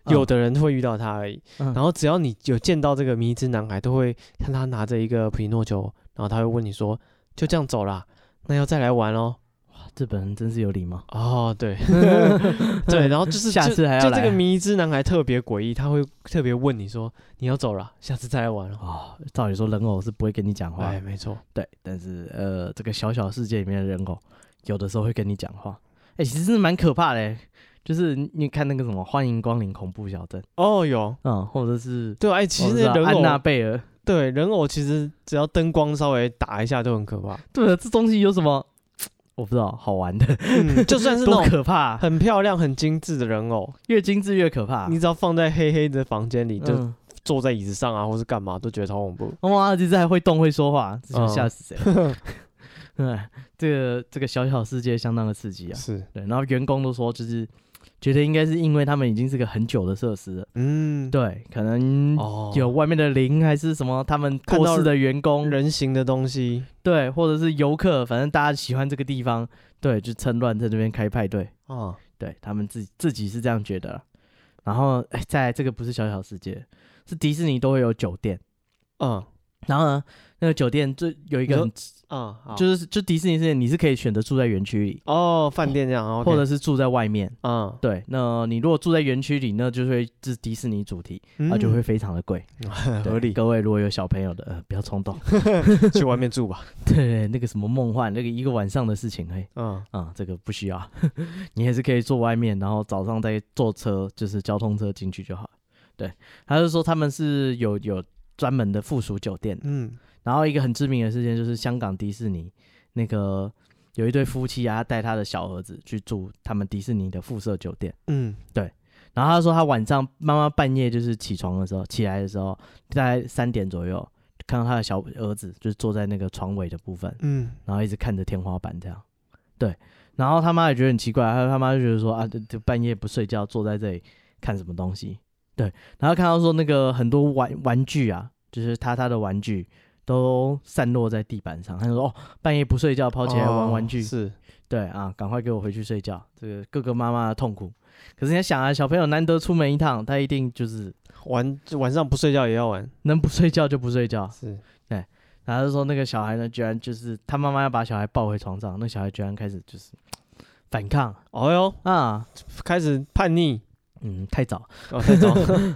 [SPEAKER 1] 有的人会遇到他而已。
[SPEAKER 2] 嗯，
[SPEAKER 1] 然后只要你有见到这个迷之男孩，都会看他拿着一个皮诺丘，然后他会问你说：“就这样走啦，那要再来玩哦。
[SPEAKER 2] 哇日本人真是有礼貌”，
[SPEAKER 1] 哦，
[SPEAKER 2] *laughs*
[SPEAKER 1] 对， *laughs* 对，然后就是
[SPEAKER 2] 下
[SPEAKER 1] 就
[SPEAKER 2] 次还要
[SPEAKER 1] 就
[SPEAKER 2] 来
[SPEAKER 1] 这个
[SPEAKER 2] 啊
[SPEAKER 1] 迷之男孩特别诡异，他会特别问你说：“你要走了，下次再来玩哦。
[SPEAKER 2] 哦，照理说人偶是不会跟你讲”话
[SPEAKER 1] 哎，，没错，
[SPEAKER 2] 对，但是呃，这个小小世界里面的人偶，有的时候会跟你讲话，哎、其实是蛮可怕的欸、就是你你看那个什么《欢迎光临恐怖小镇》，
[SPEAKER 1] 哦，有
[SPEAKER 2] 嗯，或者是
[SPEAKER 1] 对，哎，其
[SPEAKER 2] 我
[SPEAKER 1] 实
[SPEAKER 2] 不知道
[SPEAKER 1] 人
[SPEAKER 2] 安娜
[SPEAKER 1] 偶
[SPEAKER 2] 贝尔， *laughs*
[SPEAKER 1] 对人偶其实只要灯光稍微打一下就很可
[SPEAKER 2] *laughs*
[SPEAKER 1] 怕，
[SPEAKER 2] 对了，这东西有什么我不知道，好玩的，
[SPEAKER 1] 嗯，就算是那
[SPEAKER 2] *laughs* 多
[SPEAKER 1] 种
[SPEAKER 2] 可怕、
[SPEAKER 1] 很漂亮、很精致的人偶，
[SPEAKER 2] 越精致越可怕。
[SPEAKER 1] 你只要放在黑黑的房间里，就
[SPEAKER 2] 嗯，
[SPEAKER 1] 坐在椅子上啊，或是干嘛，都觉得超恐怖。
[SPEAKER 2] 哇，这只还会动会说话，这想
[SPEAKER 1] 嗯
[SPEAKER 2] 吓死谁？ *laughs* 嗯，这个这个小小世界相当的刺激啊。
[SPEAKER 1] 是，
[SPEAKER 2] 对，然后员工都说，就是觉得应该是因为他们已经是个很久的设施了，
[SPEAKER 1] 嗯，
[SPEAKER 2] 对，可能
[SPEAKER 1] 哦，
[SPEAKER 2] 有外面的灵还是什么，他们
[SPEAKER 1] 看
[SPEAKER 2] 过
[SPEAKER 1] 到
[SPEAKER 2] 世的员工，
[SPEAKER 1] 人形的东西
[SPEAKER 2] 对，或者是游客，反正大家喜欢这个地方，对，就趁乱在这边开派对，
[SPEAKER 1] 啊，
[SPEAKER 2] 对他们自己自己是这样觉得啦。然后，哎，再来这个不是小小世界，是迪士尼都会有酒店，
[SPEAKER 1] 嗯
[SPEAKER 2] 然后呢，那个酒店就有一个
[SPEAKER 1] 你说
[SPEAKER 2] 很，
[SPEAKER 1] 嗯，好
[SPEAKER 2] 就是就迪士尼是你是可以选择住在园区里，
[SPEAKER 1] 哦，饭店这样，OK
[SPEAKER 2] 或者是住在外面。
[SPEAKER 1] 嗯，
[SPEAKER 2] 对，那你如果住在园区里，那就会是迪士尼主题，那、
[SPEAKER 1] 嗯
[SPEAKER 2] 啊
[SPEAKER 1] *laughs*
[SPEAKER 2] 就会非常的贵。对
[SPEAKER 1] 合理，
[SPEAKER 2] 各位如果有小朋友的，呃，不
[SPEAKER 1] *laughs*
[SPEAKER 2] 要冲动。
[SPEAKER 1] 去外面住吧。
[SPEAKER 2] 对，那个什么梦幻，那个一个晚上的事情，嘿，
[SPEAKER 1] 嗯，
[SPEAKER 2] 啊、这个不需要， *laughs* 你还是可以坐外面，然后早上再坐车，就是交通车进去就好。对，他就说他们是有有专门的附属酒店的，
[SPEAKER 1] *laughs* 嗯，
[SPEAKER 2] 然后一个很知名的事件就是香港迪士尼那个有一对夫妻啊，带他的小儿子去住他们迪士尼的附设酒店，
[SPEAKER 1] 嗯，
[SPEAKER 2] 然后他说他晚上妈妈半夜就是起床的时候，起来的时候大概三点左右，看到他的小儿子就是坐在那个床尾的部分，
[SPEAKER 1] 嗯，
[SPEAKER 2] 然后一直看着天花板这样。对，然后他妈也觉得很奇怪，他他妈就觉得说啊，这这半夜不睡觉坐在这里看什么东西？然后看到说那个很多玩玩具啊，就是他他的玩具都散落在地板上，他就说哦，半夜不睡觉跑起来玩玩具，
[SPEAKER 1] 哦是
[SPEAKER 2] 对啊，赶快给我回去睡觉，这个各个妈妈的痛苦。可是你要想啊，小朋友难得出门一趟，他一定就是
[SPEAKER 1] 玩晚上不睡觉也要玩，
[SPEAKER 2] 能不睡觉就不睡觉。
[SPEAKER 1] 啊是
[SPEAKER 2] 然后他就说那个小孩呢，居然就是他妈妈要把小孩抱回床上，那小孩居然开始就是反抗
[SPEAKER 1] 哦哟，
[SPEAKER 2] 啊，
[SPEAKER 1] 开始叛
[SPEAKER 2] *laughs*
[SPEAKER 1] 逆，
[SPEAKER 2] 嗯，太早
[SPEAKER 1] 哦，太早，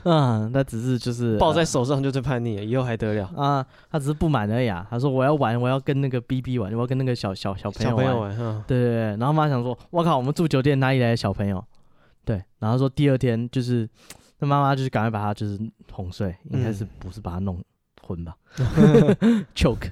[SPEAKER 2] 啊，那只是就是
[SPEAKER 1] 抱在手上就是叛逆了，以后还得了？
[SPEAKER 2] 啊，他只是不满而已啊。他说我要玩，我要跟那个 BB 玩，我要跟那个小小小朋
[SPEAKER 1] 小
[SPEAKER 2] 友
[SPEAKER 1] 朋
[SPEAKER 2] 玩。
[SPEAKER 1] 友玩，嗯，
[SPEAKER 2] 对对对，然后妈想说，我靠，我们住酒店哪里来的小朋友？对，然后说第二天就是，那妈妈就是赶快把他就是哄睡，应该是
[SPEAKER 1] 嗯
[SPEAKER 2] 不是把他弄昏吧 *laughs* ？choke，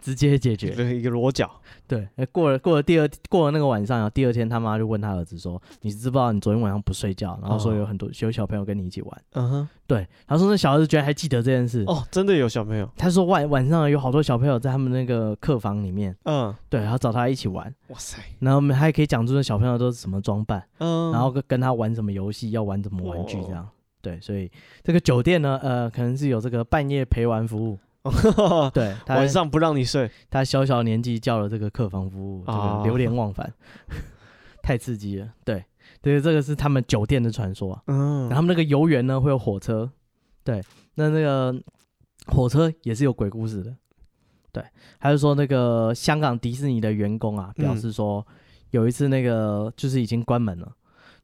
[SPEAKER 2] 直接解
[SPEAKER 1] 一
[SPEAKER 2] 决。
[SPEAKER 1] 个一个裸脚，
[SPEAKER 2] 对，哎过了过了第二过了那个晚上，然后第二天他妈就问他儿子说，你知不知道你昨天晚上不睡觉，然后说
[SPEAKER 1] 哦
[SPEAKER 2] 有很多有小朋友跟你一起玩。
[SPEAKER 1] 嗯哼，
[SPEAKER 2] 对，他说那小儿子居然还记得这件事。
[SPEAKER 1] 哦，真的有小朋友，
[SPEAKER 2] 他说晚晚上有好多小朋友在他们那个客房里面，
[SPEAKER 1] 嗯，
[SPEAKER 2] 对，然后找他一起玩，
[SPEAKER 1] 哇塞，
[SPEAKER 2] 然后我们还可以讲出那小朋友都是什么装扮，
[SPEAKER 1] 嗯，哦 *laughs*
[SPEAKER 2] 然后跟跟他玩什么游戏，要玩什么玩具这样。对，所以这个酒店呢，呃，可能是有这个半夜陪玩服务。
[SPEAKER 1] *laughs*
[SPEAKER 2] 对，他
[SPEAKER 1] 晚上不让你睡，
[SPEAKER 2] 他小小年纪叫了这个客房服务，这
[SPEAKER 1] 哦
[SPEAKER 2] 个流连忘返， *laughs* 太刺激了。对，对，这个是他们酒店的传说啊。
[SPEAKER 1] 嗯，
[SPEAKER 2] 然后他们那个游园呢会有火车，对，那那个火车也是有鬼故事的，对，还有说那个香港迪士尼的员工啊，表
[SPEAKER 1] 嗯
[SPEAKER 2] 示说有一次那个就是已经关门了，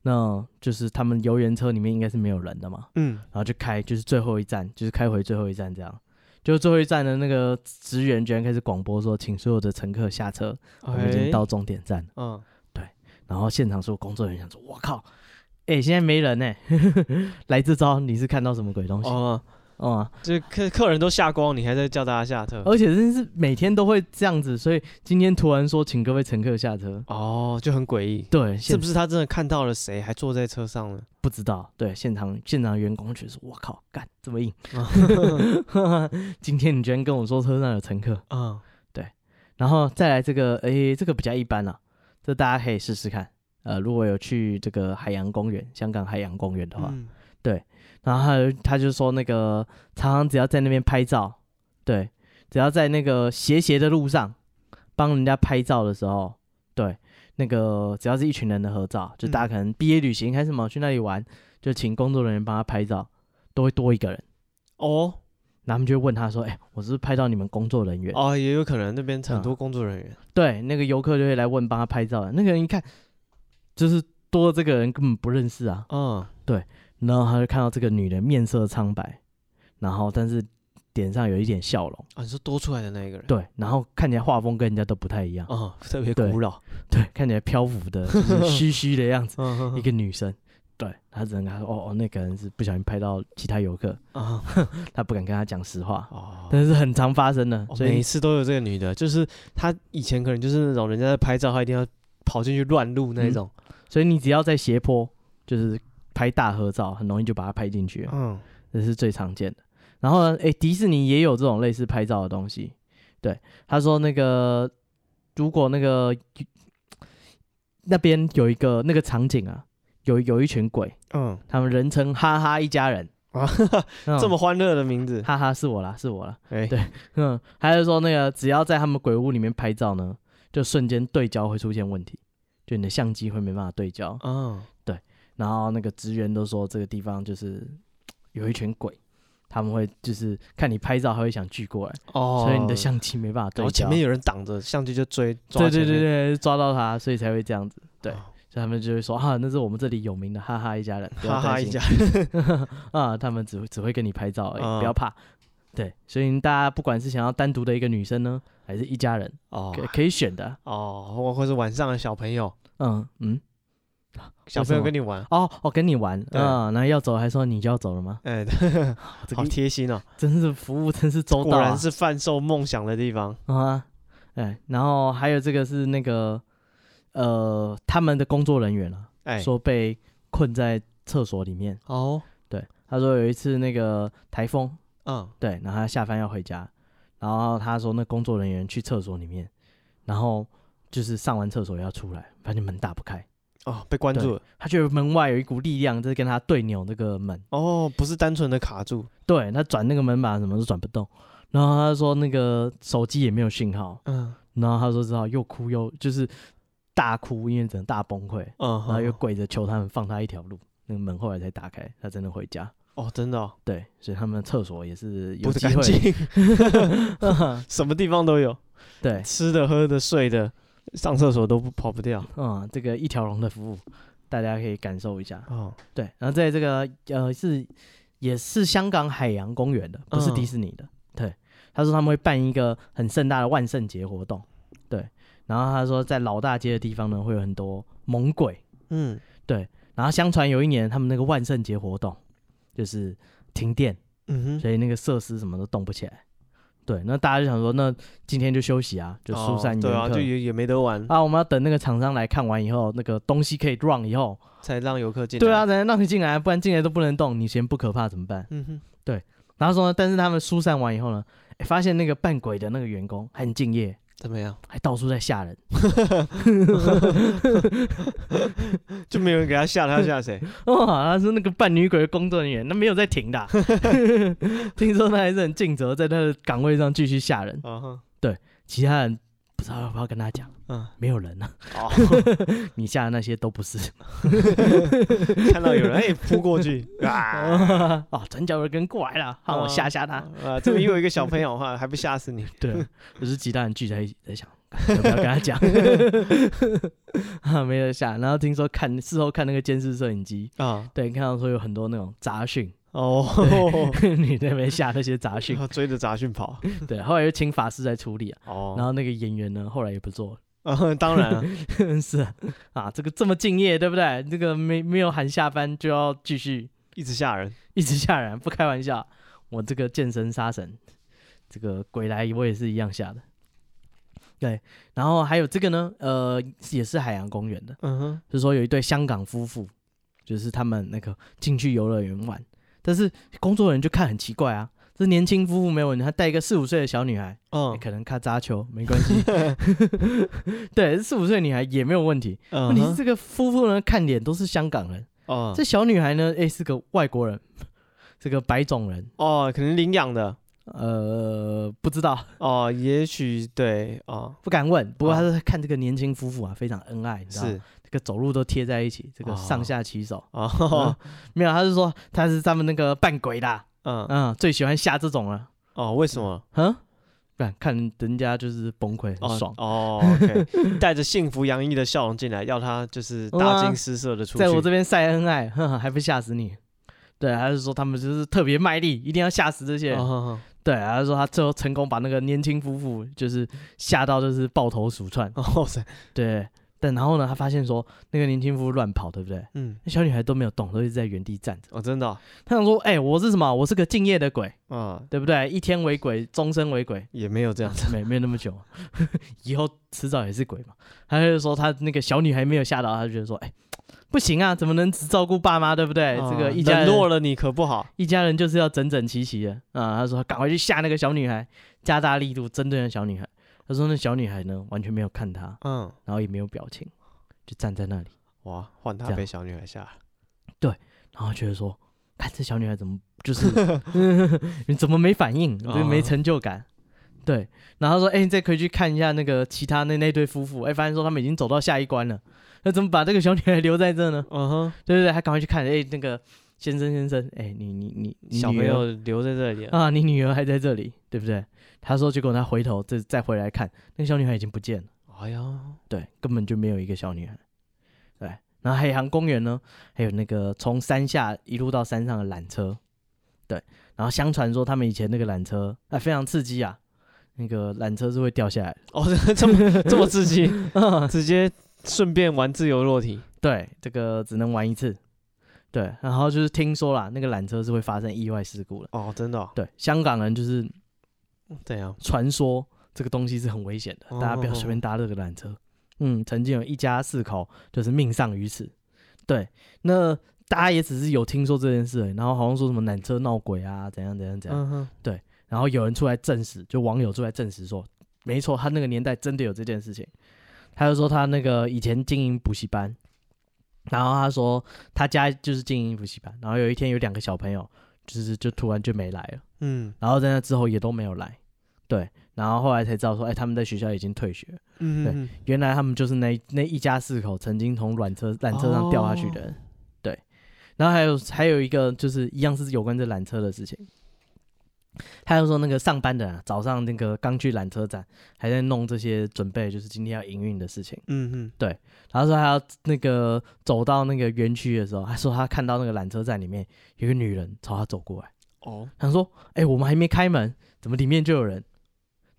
[SPEAKER 2] 那就是他们游园车里面应该是没有人的嘛，
[SPEAKER 1] 嗯，
[SPEAKER 2] 然后就开就是最后一站，就是开回最后一站这样。就最后一站的那个职员居然开始广播说，请所有的乘客下车，我们已经
[SPEAKER 1] 哎
[SPEAKER 2] 到，终点站了。
[SPEAKER 1] 嗯，
[SPEAKER 2] 然后现场所有工作人员想说：“我靠，哎、现在没人呢、 *laughs* 欸，来这招你是看到什么鬼东西？”
[SPEAKER 1] 哦，
[SPEAKER 2] 哦、啊
[SPEAKER 1] 这客客人都下光，你还在叫大家下车，
[SPEAKER 2] 而且真是每天都会这样子，所以今天突然说请各位乘客下车，
[SPEAKER 1] 哦，就很诡异，
[SPEAKER 2] 对，
[SPEAKER 1] 是
[SPEAKER 2] 现
[SPEAKER 1] 不是他真的看到了谁还坐在车上
[SPEAKER 2] *laughs*
[SPEAKER 1] 呢？
[SPEAKER 2] 不知道？对，现场现场员工觉得说：“我靠，干这么硬！ *laughs* 嗯今天你居然跟我说车上有乘客。
[SPEAKER 1] 嗯，”
[SPEAKER 2] 然后再来这个，哎、这个比较一般啊，这大家可以试试看。呃，如果有去这个海洋公园，香港海洋公园的话，
[SPEAKER 1] 嗯
[SPEAKER 2] 然后他就他就说那个常常只要在那边拍照，对，只要在那个斜斜的路上帮人家拍照的时候，对，那个只要是一群人的合照，就大家可能毕业旅行还是什么去那里玩，就请工作人员帮他拍照，都会多一个人。
[SPEAKER 1] 哦
[SPEAKER 2] 然后他们就会问他说：“哎、我是不是拍到你们工作人员？”
[SPEAKER 1] 哦，也有可能那边
[SPEAKER 2] 嗯
[SPEAKER 1] 很多工作人员，
[SPEAKER 2] 对，那个游客就会来问帮他拍照的。那个人一看，就是多这个人根本不认识啊。
[SPEAKER 1] 嗯，
[SPEAKER 2] 然后他就看到这个女人面色苍白，然后但是脸上有一点笑容。
[SPEAKER 1] 啊，你说多出来的那一个人，，
[SPEAKER 2] 对，然后看起来画风跟人家都不太一样，
[SPEAKER 1] 哦，特别
[SPEAKER 2] 对
[SPEAKER 1] 古老，
[SPEAKER 2] 对，看起来漂浮 *laughs* 的，就是虚虚的样子，
[SPEAKER 1] 嗯
[SPEAKER 2] 一个女生。对他只能跟他说，哦哦，那个人是不小心拍到其他游客，
[SPEAKER 1] 啊，
[SPEAKER 2] 他不敢跟他讲实话，
[SPEAKER 1] 哦。
[SPEAKER 2] 但是很常发生的，
[SPEAKER 1] 哦
[SPEAKER 2] 所
[SPEAKER 1] 每一
[SPEAKER 2] 以
[SPEAKER 1] 次都有这个女的，就是她以前可能就是那种人家在拍照，她一定要跑进去乱录
[SPEAKER 2] 嗯
[SPEAKER 1] 那一种。
[SPEAKER 2] 所以你只要在斜坡，就是拍大合照，很容易就把它拍进去了，
[SPEAKER 1] 嗯，
[SPEAKER 2] 这是最常见的。然后呢，诶，迪士尼也有这种类似拍照的东西，对，他说那个如果那个那边有一个那个场景啊，有有一群鬼，
[SPEAKER 1] 嗯
[SPEAKER 2] 他们人称“哈哈一家人
[SPEAKER 1] 啊，”，
[SPEAKER 2] *laughs* 嗯
[SPEAKER 1] 这么欢乐的名字，
[SPEAKER 2] 哈哈是我啦，是我啦。
[SPEAKER 1] 哎，
[SPEAKER 2] 对嗯，还是说那个只要在他们鬼屋里面拍照呢，就瞬间对焦会出现问题，就你的相机会没办法对焦。
[SPEAKER 1] 嗯，
[SPEAKER 2] 然后那个职员都说这个地方就是有一群鬼，他们会就是看你拍照，还会想聚过来，
[SPEAKER 1] 哦，
[SPEAKER 2] 所以你的，相机没办法对
[SPEAKER 1] 然后
[SPEAKER 2] 焦。
[SPEAKER 1] 前面有人挡着，相机就追，抓
[SPEAKER 2] 对对
[SPEAKER 1] 前面，
[SPEAKER 2] 对对，抓到他，所以才会这样子。对
[SPEAKER 1] 哦，
[SPEAKER 2] 所以他们就会说啊，那是我们这里有名的哈哈一家人，不要
[SPEAKER 1] 哈哈
[SPEAKER 2] 担
[SPEAKER 1] 一
[SPEAKER 2] 心
[SPEAKER 1] 家，
[SPEAKER 2] *laughs* 啊，他们只会只会跟你拍照而已，
[SPEAKER 1] 嗯
[SPEAKER 2] 不要怕。对，所以大家不管是想要单独的一个女生呢，还是一家人，
[SPEAKER 1] 哦
[SPEAKER 2] 可可以选的。
[SPEAKER 1] 哦，或或是晚上的小朋友，
[SPEAKER 2] 嗯嗯，
[SPEAKER 1] 小朋友跟你玩，
[SPEAKER 2] 哦哦，跟你玩，
[SPEAKER 1] 对
[SPEAKER 2] 嗯，那要走还说你就要走了吗？
[SPEAKER 1] 哎，
[SPEAKER 2] 这
[SPEAKER 1] 好
[SPEAKER 2] 个
[SPEAKER 1] 贴心哦，
[SPEAKER 2] 真是服务真是周
[SPEAKER 1] 果
[SPEAKER 2] 到
[SPEAKER 1] 然
[SPEAKER 2] 啊
[SPEAKER 1] 是贩售梦想的地方。
[SPEAKER 2] 嗯啊！哎，然后还有这个是那个呃，他们的工作人员啊，
[SPEAKER 1] 哎，
[SPEAKER 2] 说被困在厕所里面。
[SPEAKER 1] 哦，
[SPEAKER 2] 对，他说有一次那个台风，
[SPEAKER 1] 嗯，
[SPEAKER 2] 对，然后他下班要回家，然后他说那工作人员去厕所里面，然后就是上完厕所要出来，发现门打不开，
[SPEAKER 1] 哦，被关住了。
[SPEAKER 2] 他觉得门外有一股力量在跟他对扭那个门，
[SPEAKER 1] 哦，不是单纯的卡住。
[SPEAKER 2] 对他转那个门把什么都转不动，然后他说那个手机也没有信号，
[SPEAKER 1] 嗯
[SPEAKER 2] 然后他说只好又哭又就是大哭，因为整个大崩溃，
[SPEAKER 1] 嗯，
[SPEAKER 2] 然后又
[SPEAKER 1] 哼
[SPEAKER 2] 跪着求他们放他一条路。那个门后来才打开，他真的回家。
[SPEAKER 1] 哦，真的哦
[SPEAKER 2] 对，所以他们厕所也是有
[SPEAKER 1] 不是
[SPEAKER 2] 机
[SPEAKER 1] 干
[SPEAKER 2] 会。
[SPEAKER 1] 净，
[SPEAKER 2] *laughs*
[SPEAKER 1] 什么地方都有，
[SPEAKER 2] 对，
[SPEAKER 1] 吃的、喝的、睡的，上厕所都不跑不掉。
[SPEAKER 2] 嗯，这个一条龙的服务，大家可以感受一下。
[SPEAKER 1] 哦，
[SPEAKER 2] 对，然后在这个呃是也是香港海洋公园的，不是
[SPEAKER 1] 嗯
[SPEAKER 2] 迪士尼的。对，他说他们会办一个很盛大的万圣节活动。对，然后他说在老大街的地方呢会有很多猛鬼，
[SPEAKER 1] 嗯，
[SPEAKER 2] 然后相传有一年他们那个万圣节活动就是停电，
[SPEAKER 1] 嗯哼，
[SPEAKER 2] 所以那个设施什么都动不起来。对，那大家就想说，那今天就休息啊，就疏散
[SPEAKER 1] 哦
[SPEAKER 2] 游
[SPEAKER 1] 对啊，
[SPEAKER 2] 客
[SPEAKER 1] 就也也没得玩，
[SPEAKER 2] 啊，我们要等那个厂商来看完以后，那个东西可以 run 以后，
[SPEAKER 1] 才让游客进来。
[SPEAKER 2] 对啊，，人家让你进来，不然进来都不能动，你嫌不可怕怎么办？
[SPEAKER 1] 嗯哼，
[SPEAKER 2] 然后说呢，但是他们疏散完以后呢，诶发现那个扮鬼的那个员工还很敬业，
[SPEAKER 1] 怎么样？
[SPEAKER 2] 还到处在吓人。
[SPEAKER 1] 就没有人给他吓，他吓 *laughs* 谁？
[SPEAKER 2] 哦，他是那个扮女鬼的工作人员，那没有在停的啊、 *laughs* 听说他还是很尽责，在他的岗位上继续吓人。
[SPEAKER 1] 啊哈，
[SPEAKER 2] 其他人不知道要不要跟他讲，
[SPEAKER 1] 嗯，
[SPEAKER 2] 没有人啊，
[SPEAKER 1] 哦， *laughs*
[SPEAKER 2] 你吓的那些都不是。
[SPEAKER 1] 看到有人哎扑过去 *laughs* 啊
[SPEAKER 2] 哦，转角有人过来了，让我吓吓他。
[SPEAKER 1] 啊！这边又有一个小朋友哈，还不吓死你？
[SPEAKER 2] 对，啊就是其他人聚在一起在想，要不要跟他讲？啊，没有下。然后听说看事后看那个监视摄影机，
[SPEAKER 1] 啊
[SPEAKER 2] 对，看到说有很多那种杂讯，
[SPEAKER 1] 哦，
[SPEAKER 2] 你在那边下那些杂讯。
[SPEAKER 1] *laughs* 要追着杂讯跑
[SPEAKER 2] 对，后来又请法师在处理啊。然
[SPEAKER 1] 哦。
[SPEAKER 2] 后那个演员呢，后来也不做 *laughs*
[SPEAKER 1] *laughs* 啊，当然了，
[SPEAKER 2] 了，是啊，啊，这个这么敬业，对不对？这个没没有喊下班就要继续
[SPEAKER 1] 一直吓人。
[SPEAKER 2] *laughs* 一直吓人，不开玩笑，我这个健身杀神，这个鬼来我也是一样吓的。对，然后还有这个呢，呃，也是海洋公园的，
[SPEAKER 1] 嗯哼，
[SPEAKER 2] 就是说有一对香港夫妇，就是他们那个进去游乐园玩，但是工作人员就看很奇怪啊，这年轻夫妇没有问题，他带一个四五岁的小女孩，欸
[SPEAKER 1] 嗯
[SPEAKER 2] 可能看扎球没关系， *laughs* 对，四五岁女孩也没有问题。问
[SPEAKER 1] 嗯
[SPEAKER 2] 题是
[SPEAKER 1] 哼，
[SPEAKER 2] 这个夫妇呢，看脸都是香港人，
[SPEAKER 1] 哦
[SPEAKER 2] 这小女孩呢，诶、是个外国人， *laughs* 这个白种人，
[SPEAKER 1] 哦，可能领养的
[SPEAKER 2] 呃，不知道，
[SPEAKER 1] 哦，也许对哦，
[SPEAKER 2] 不敢问。不过
[SPEAKER 1] 哦
[SPEAKER 2] 他是看这个年轻夫妇啊，非常恩爱，你知道吗
[SPEAKER 1] 是
[SPEAKER 2] 这个走路都贴在一起，这个
[SPEAKER 1] 哦
[SPEAKER 2] 上下其手。
[SPEAKER 1] *laughs*
[SPEAKER 2] 嗯
[SPEAKER 1] 哦，
[SPEAKER 2] 没有，他是说他是他们那个扮鬼的啊，
[SPEAKER 1] 嗯
[SPEAKER 2] 嗯，最喜欢吓这种了，
[SPEAKER 1] 哦，为什么？
[SPEAKER 2] 嗯，不然看人家就是崩溃，
[SPEAKER 1] 哦
[SPEAKER 2] 很爽。
[SPEAKER 1] 哦，OK，带着幸福洋溢的笑容进来，要他就是大惊失色的出去。
[SPEAKER 2] 在我这边晒恩爱，哼，还不吓死你？对，他就说他们就是特别卖力，一定要吓死这些人。
[SPEAKER 1] 哦哦
[SPEAKER 2] 对，他就说他最后成功把那个年轻夫妇就是吓到就是抱头鼠窜。
[SPEAKER 1] 哦哦，哇塞，
[SPEAKER 2] 对，但然后呢，他发现说那个年轻夫妇乱跑，对不对？
[SPEAKER 1] 嗯，
[SPEAKER 2] 那小女孩都没有动，都一直在原地站着。
[SPEAKER 1] 哦，真的哦
[SPEAKER 2] 他想说，哎、我是什么？我是个敬业的鬼，
[SPEAKER 1] 啊，
[SPEAKER 2] 对不对？一天为鬼，终身为鬼。 *laughs*
[SPEAKER 1] 也没有这样子。
[SPEAKER 2] 没没有那么久， *laughs* 以后迟早也是鬼嘛。他就说他那个小女孩没有吓到，他就觉得说，哎、不行啊，怎么能只照顾爸妈，对不对？哎这个一
[SPEAKER 1] 啊哦
[SPEAKER 2] 家
[SPEAKER 1] 冷
[SPEAKER 2] 人
[SPEAKER 1] 落了你可不好。
[SPEAKER 2] 一家人就是要整整齐齐的啊、他说赶快去吓那个小女孩，加大力度针对那小女孩。他说那小女孩呢完全没有看他，
[SPEAKER 1] 嗯，
[SPEAKER 2] 然后也没有表情，就站在那里，
[SPEAKER 1] 哇，换他
[SPEAKER 2] 这样
[SPEAKER 1] 被小女孩吓了。
[SPEAKER 2] 然后觉得说，看这小女孩怎么就是 *laughs* 你怎么没反应，就没
[SPEAKER 1] 哦
[SPEAKER 2] 成就感。对，然后他说，哎、你再可以去看一下那个其他那那对夫妇，哎、发现说他们已经走到下一关了，那怎么把这个小女孩留在这呢？
[SPEAKER 1] 嗯哼，
[SPEAKER 2] 对对对，他赶快去看，哎、那个先生先生，哎、你你你你
[SPEAKER 1] 小
[SPEAKER 2] 女
[SPEAKER 1] 朋
[SPEAKER 2] 儿
[SPEAKER 1] 友留在这里了。
[SPEAKER 2] 啊，你女儿还在这里，对不对？他说，结果他回头再再回来看，那个小女孩已经不见了，
[SPEAKER 1] 哎呀，
[SPEAKER 2] 对，根本就没有一个小女孩。对，然后海洋公园呢，还有那个从山下一路到山上的缆车，对，然后相传说他们以前那个缆车啊、非常刺激啊，那个缆车是会掉下来
[SPEAKER 1] 哦，这么这么刺
[SPEAKER 2] *laughs*
[SPEAKER 1] 激， *laughs*
[SPEAKER 2] 的，
[SPEAKER 1] 直接顺便玩自由落体。
[SPEAKER 2] 对，这个只能玩一次。对，然后就是听说啦，那个缆车是会发生意外事故的。
[SPEAKER 1] 哦，真的哦，
[SPEAKER 2] 对，香港人就是
[SPEAKER 1] 这样。
[SPEAKER 2] 传说这个东西是很危险的，
[SPEAKER 1] 哦
[SPEAKER 2] 大家不要随便搭这个缆车。嗯，曾经有一家四口就是命丧于此。对，那大家也只是有听说这件事而已，然后好像说什么缆车闹鬼啊，怎样怎样怎样，
[SPEAKER 1] 嗯哼，
[SPEAKER 2] 然后有人出来证实，就网友出来证实说，没错，他那个年代真的有这件事情。他就说他那个以前经营补习班，然后他说他家就是经营补习班，然后有一天有两个小朋友就是就突然就没来了，
[SPEAKER 1] 嗯
[SPEAKER 2] 然后在那之后也都没有来，对，然后后来才知道说，哎、他们在学校已经退学，
[SPEAKER 1] 嗯
[SPEAKER 2] 对
[SPEAKER 1] 嗯
[SPEAKER 2] 原来他们就是那一那一家四口曾经从缆车缆车上掉下去的人，对。然后还有还有一个就是一样是有关这缆车的事情，他又说那个上班的人啊，早上那个刚去缆车站，还在弄这些准备，就是今天要营运的事情。
[SPEAKER 1] 嗯嗯
[SPEAKER 2] 然后说他要那个走到那个园区的时候，他说他看到那个缆车站里面有个女人朝他走过来。
[SPEAKER 1] 哦，
[SPEAKER 2] 他说：“哎、我们还没开门，怎么里面就有人？”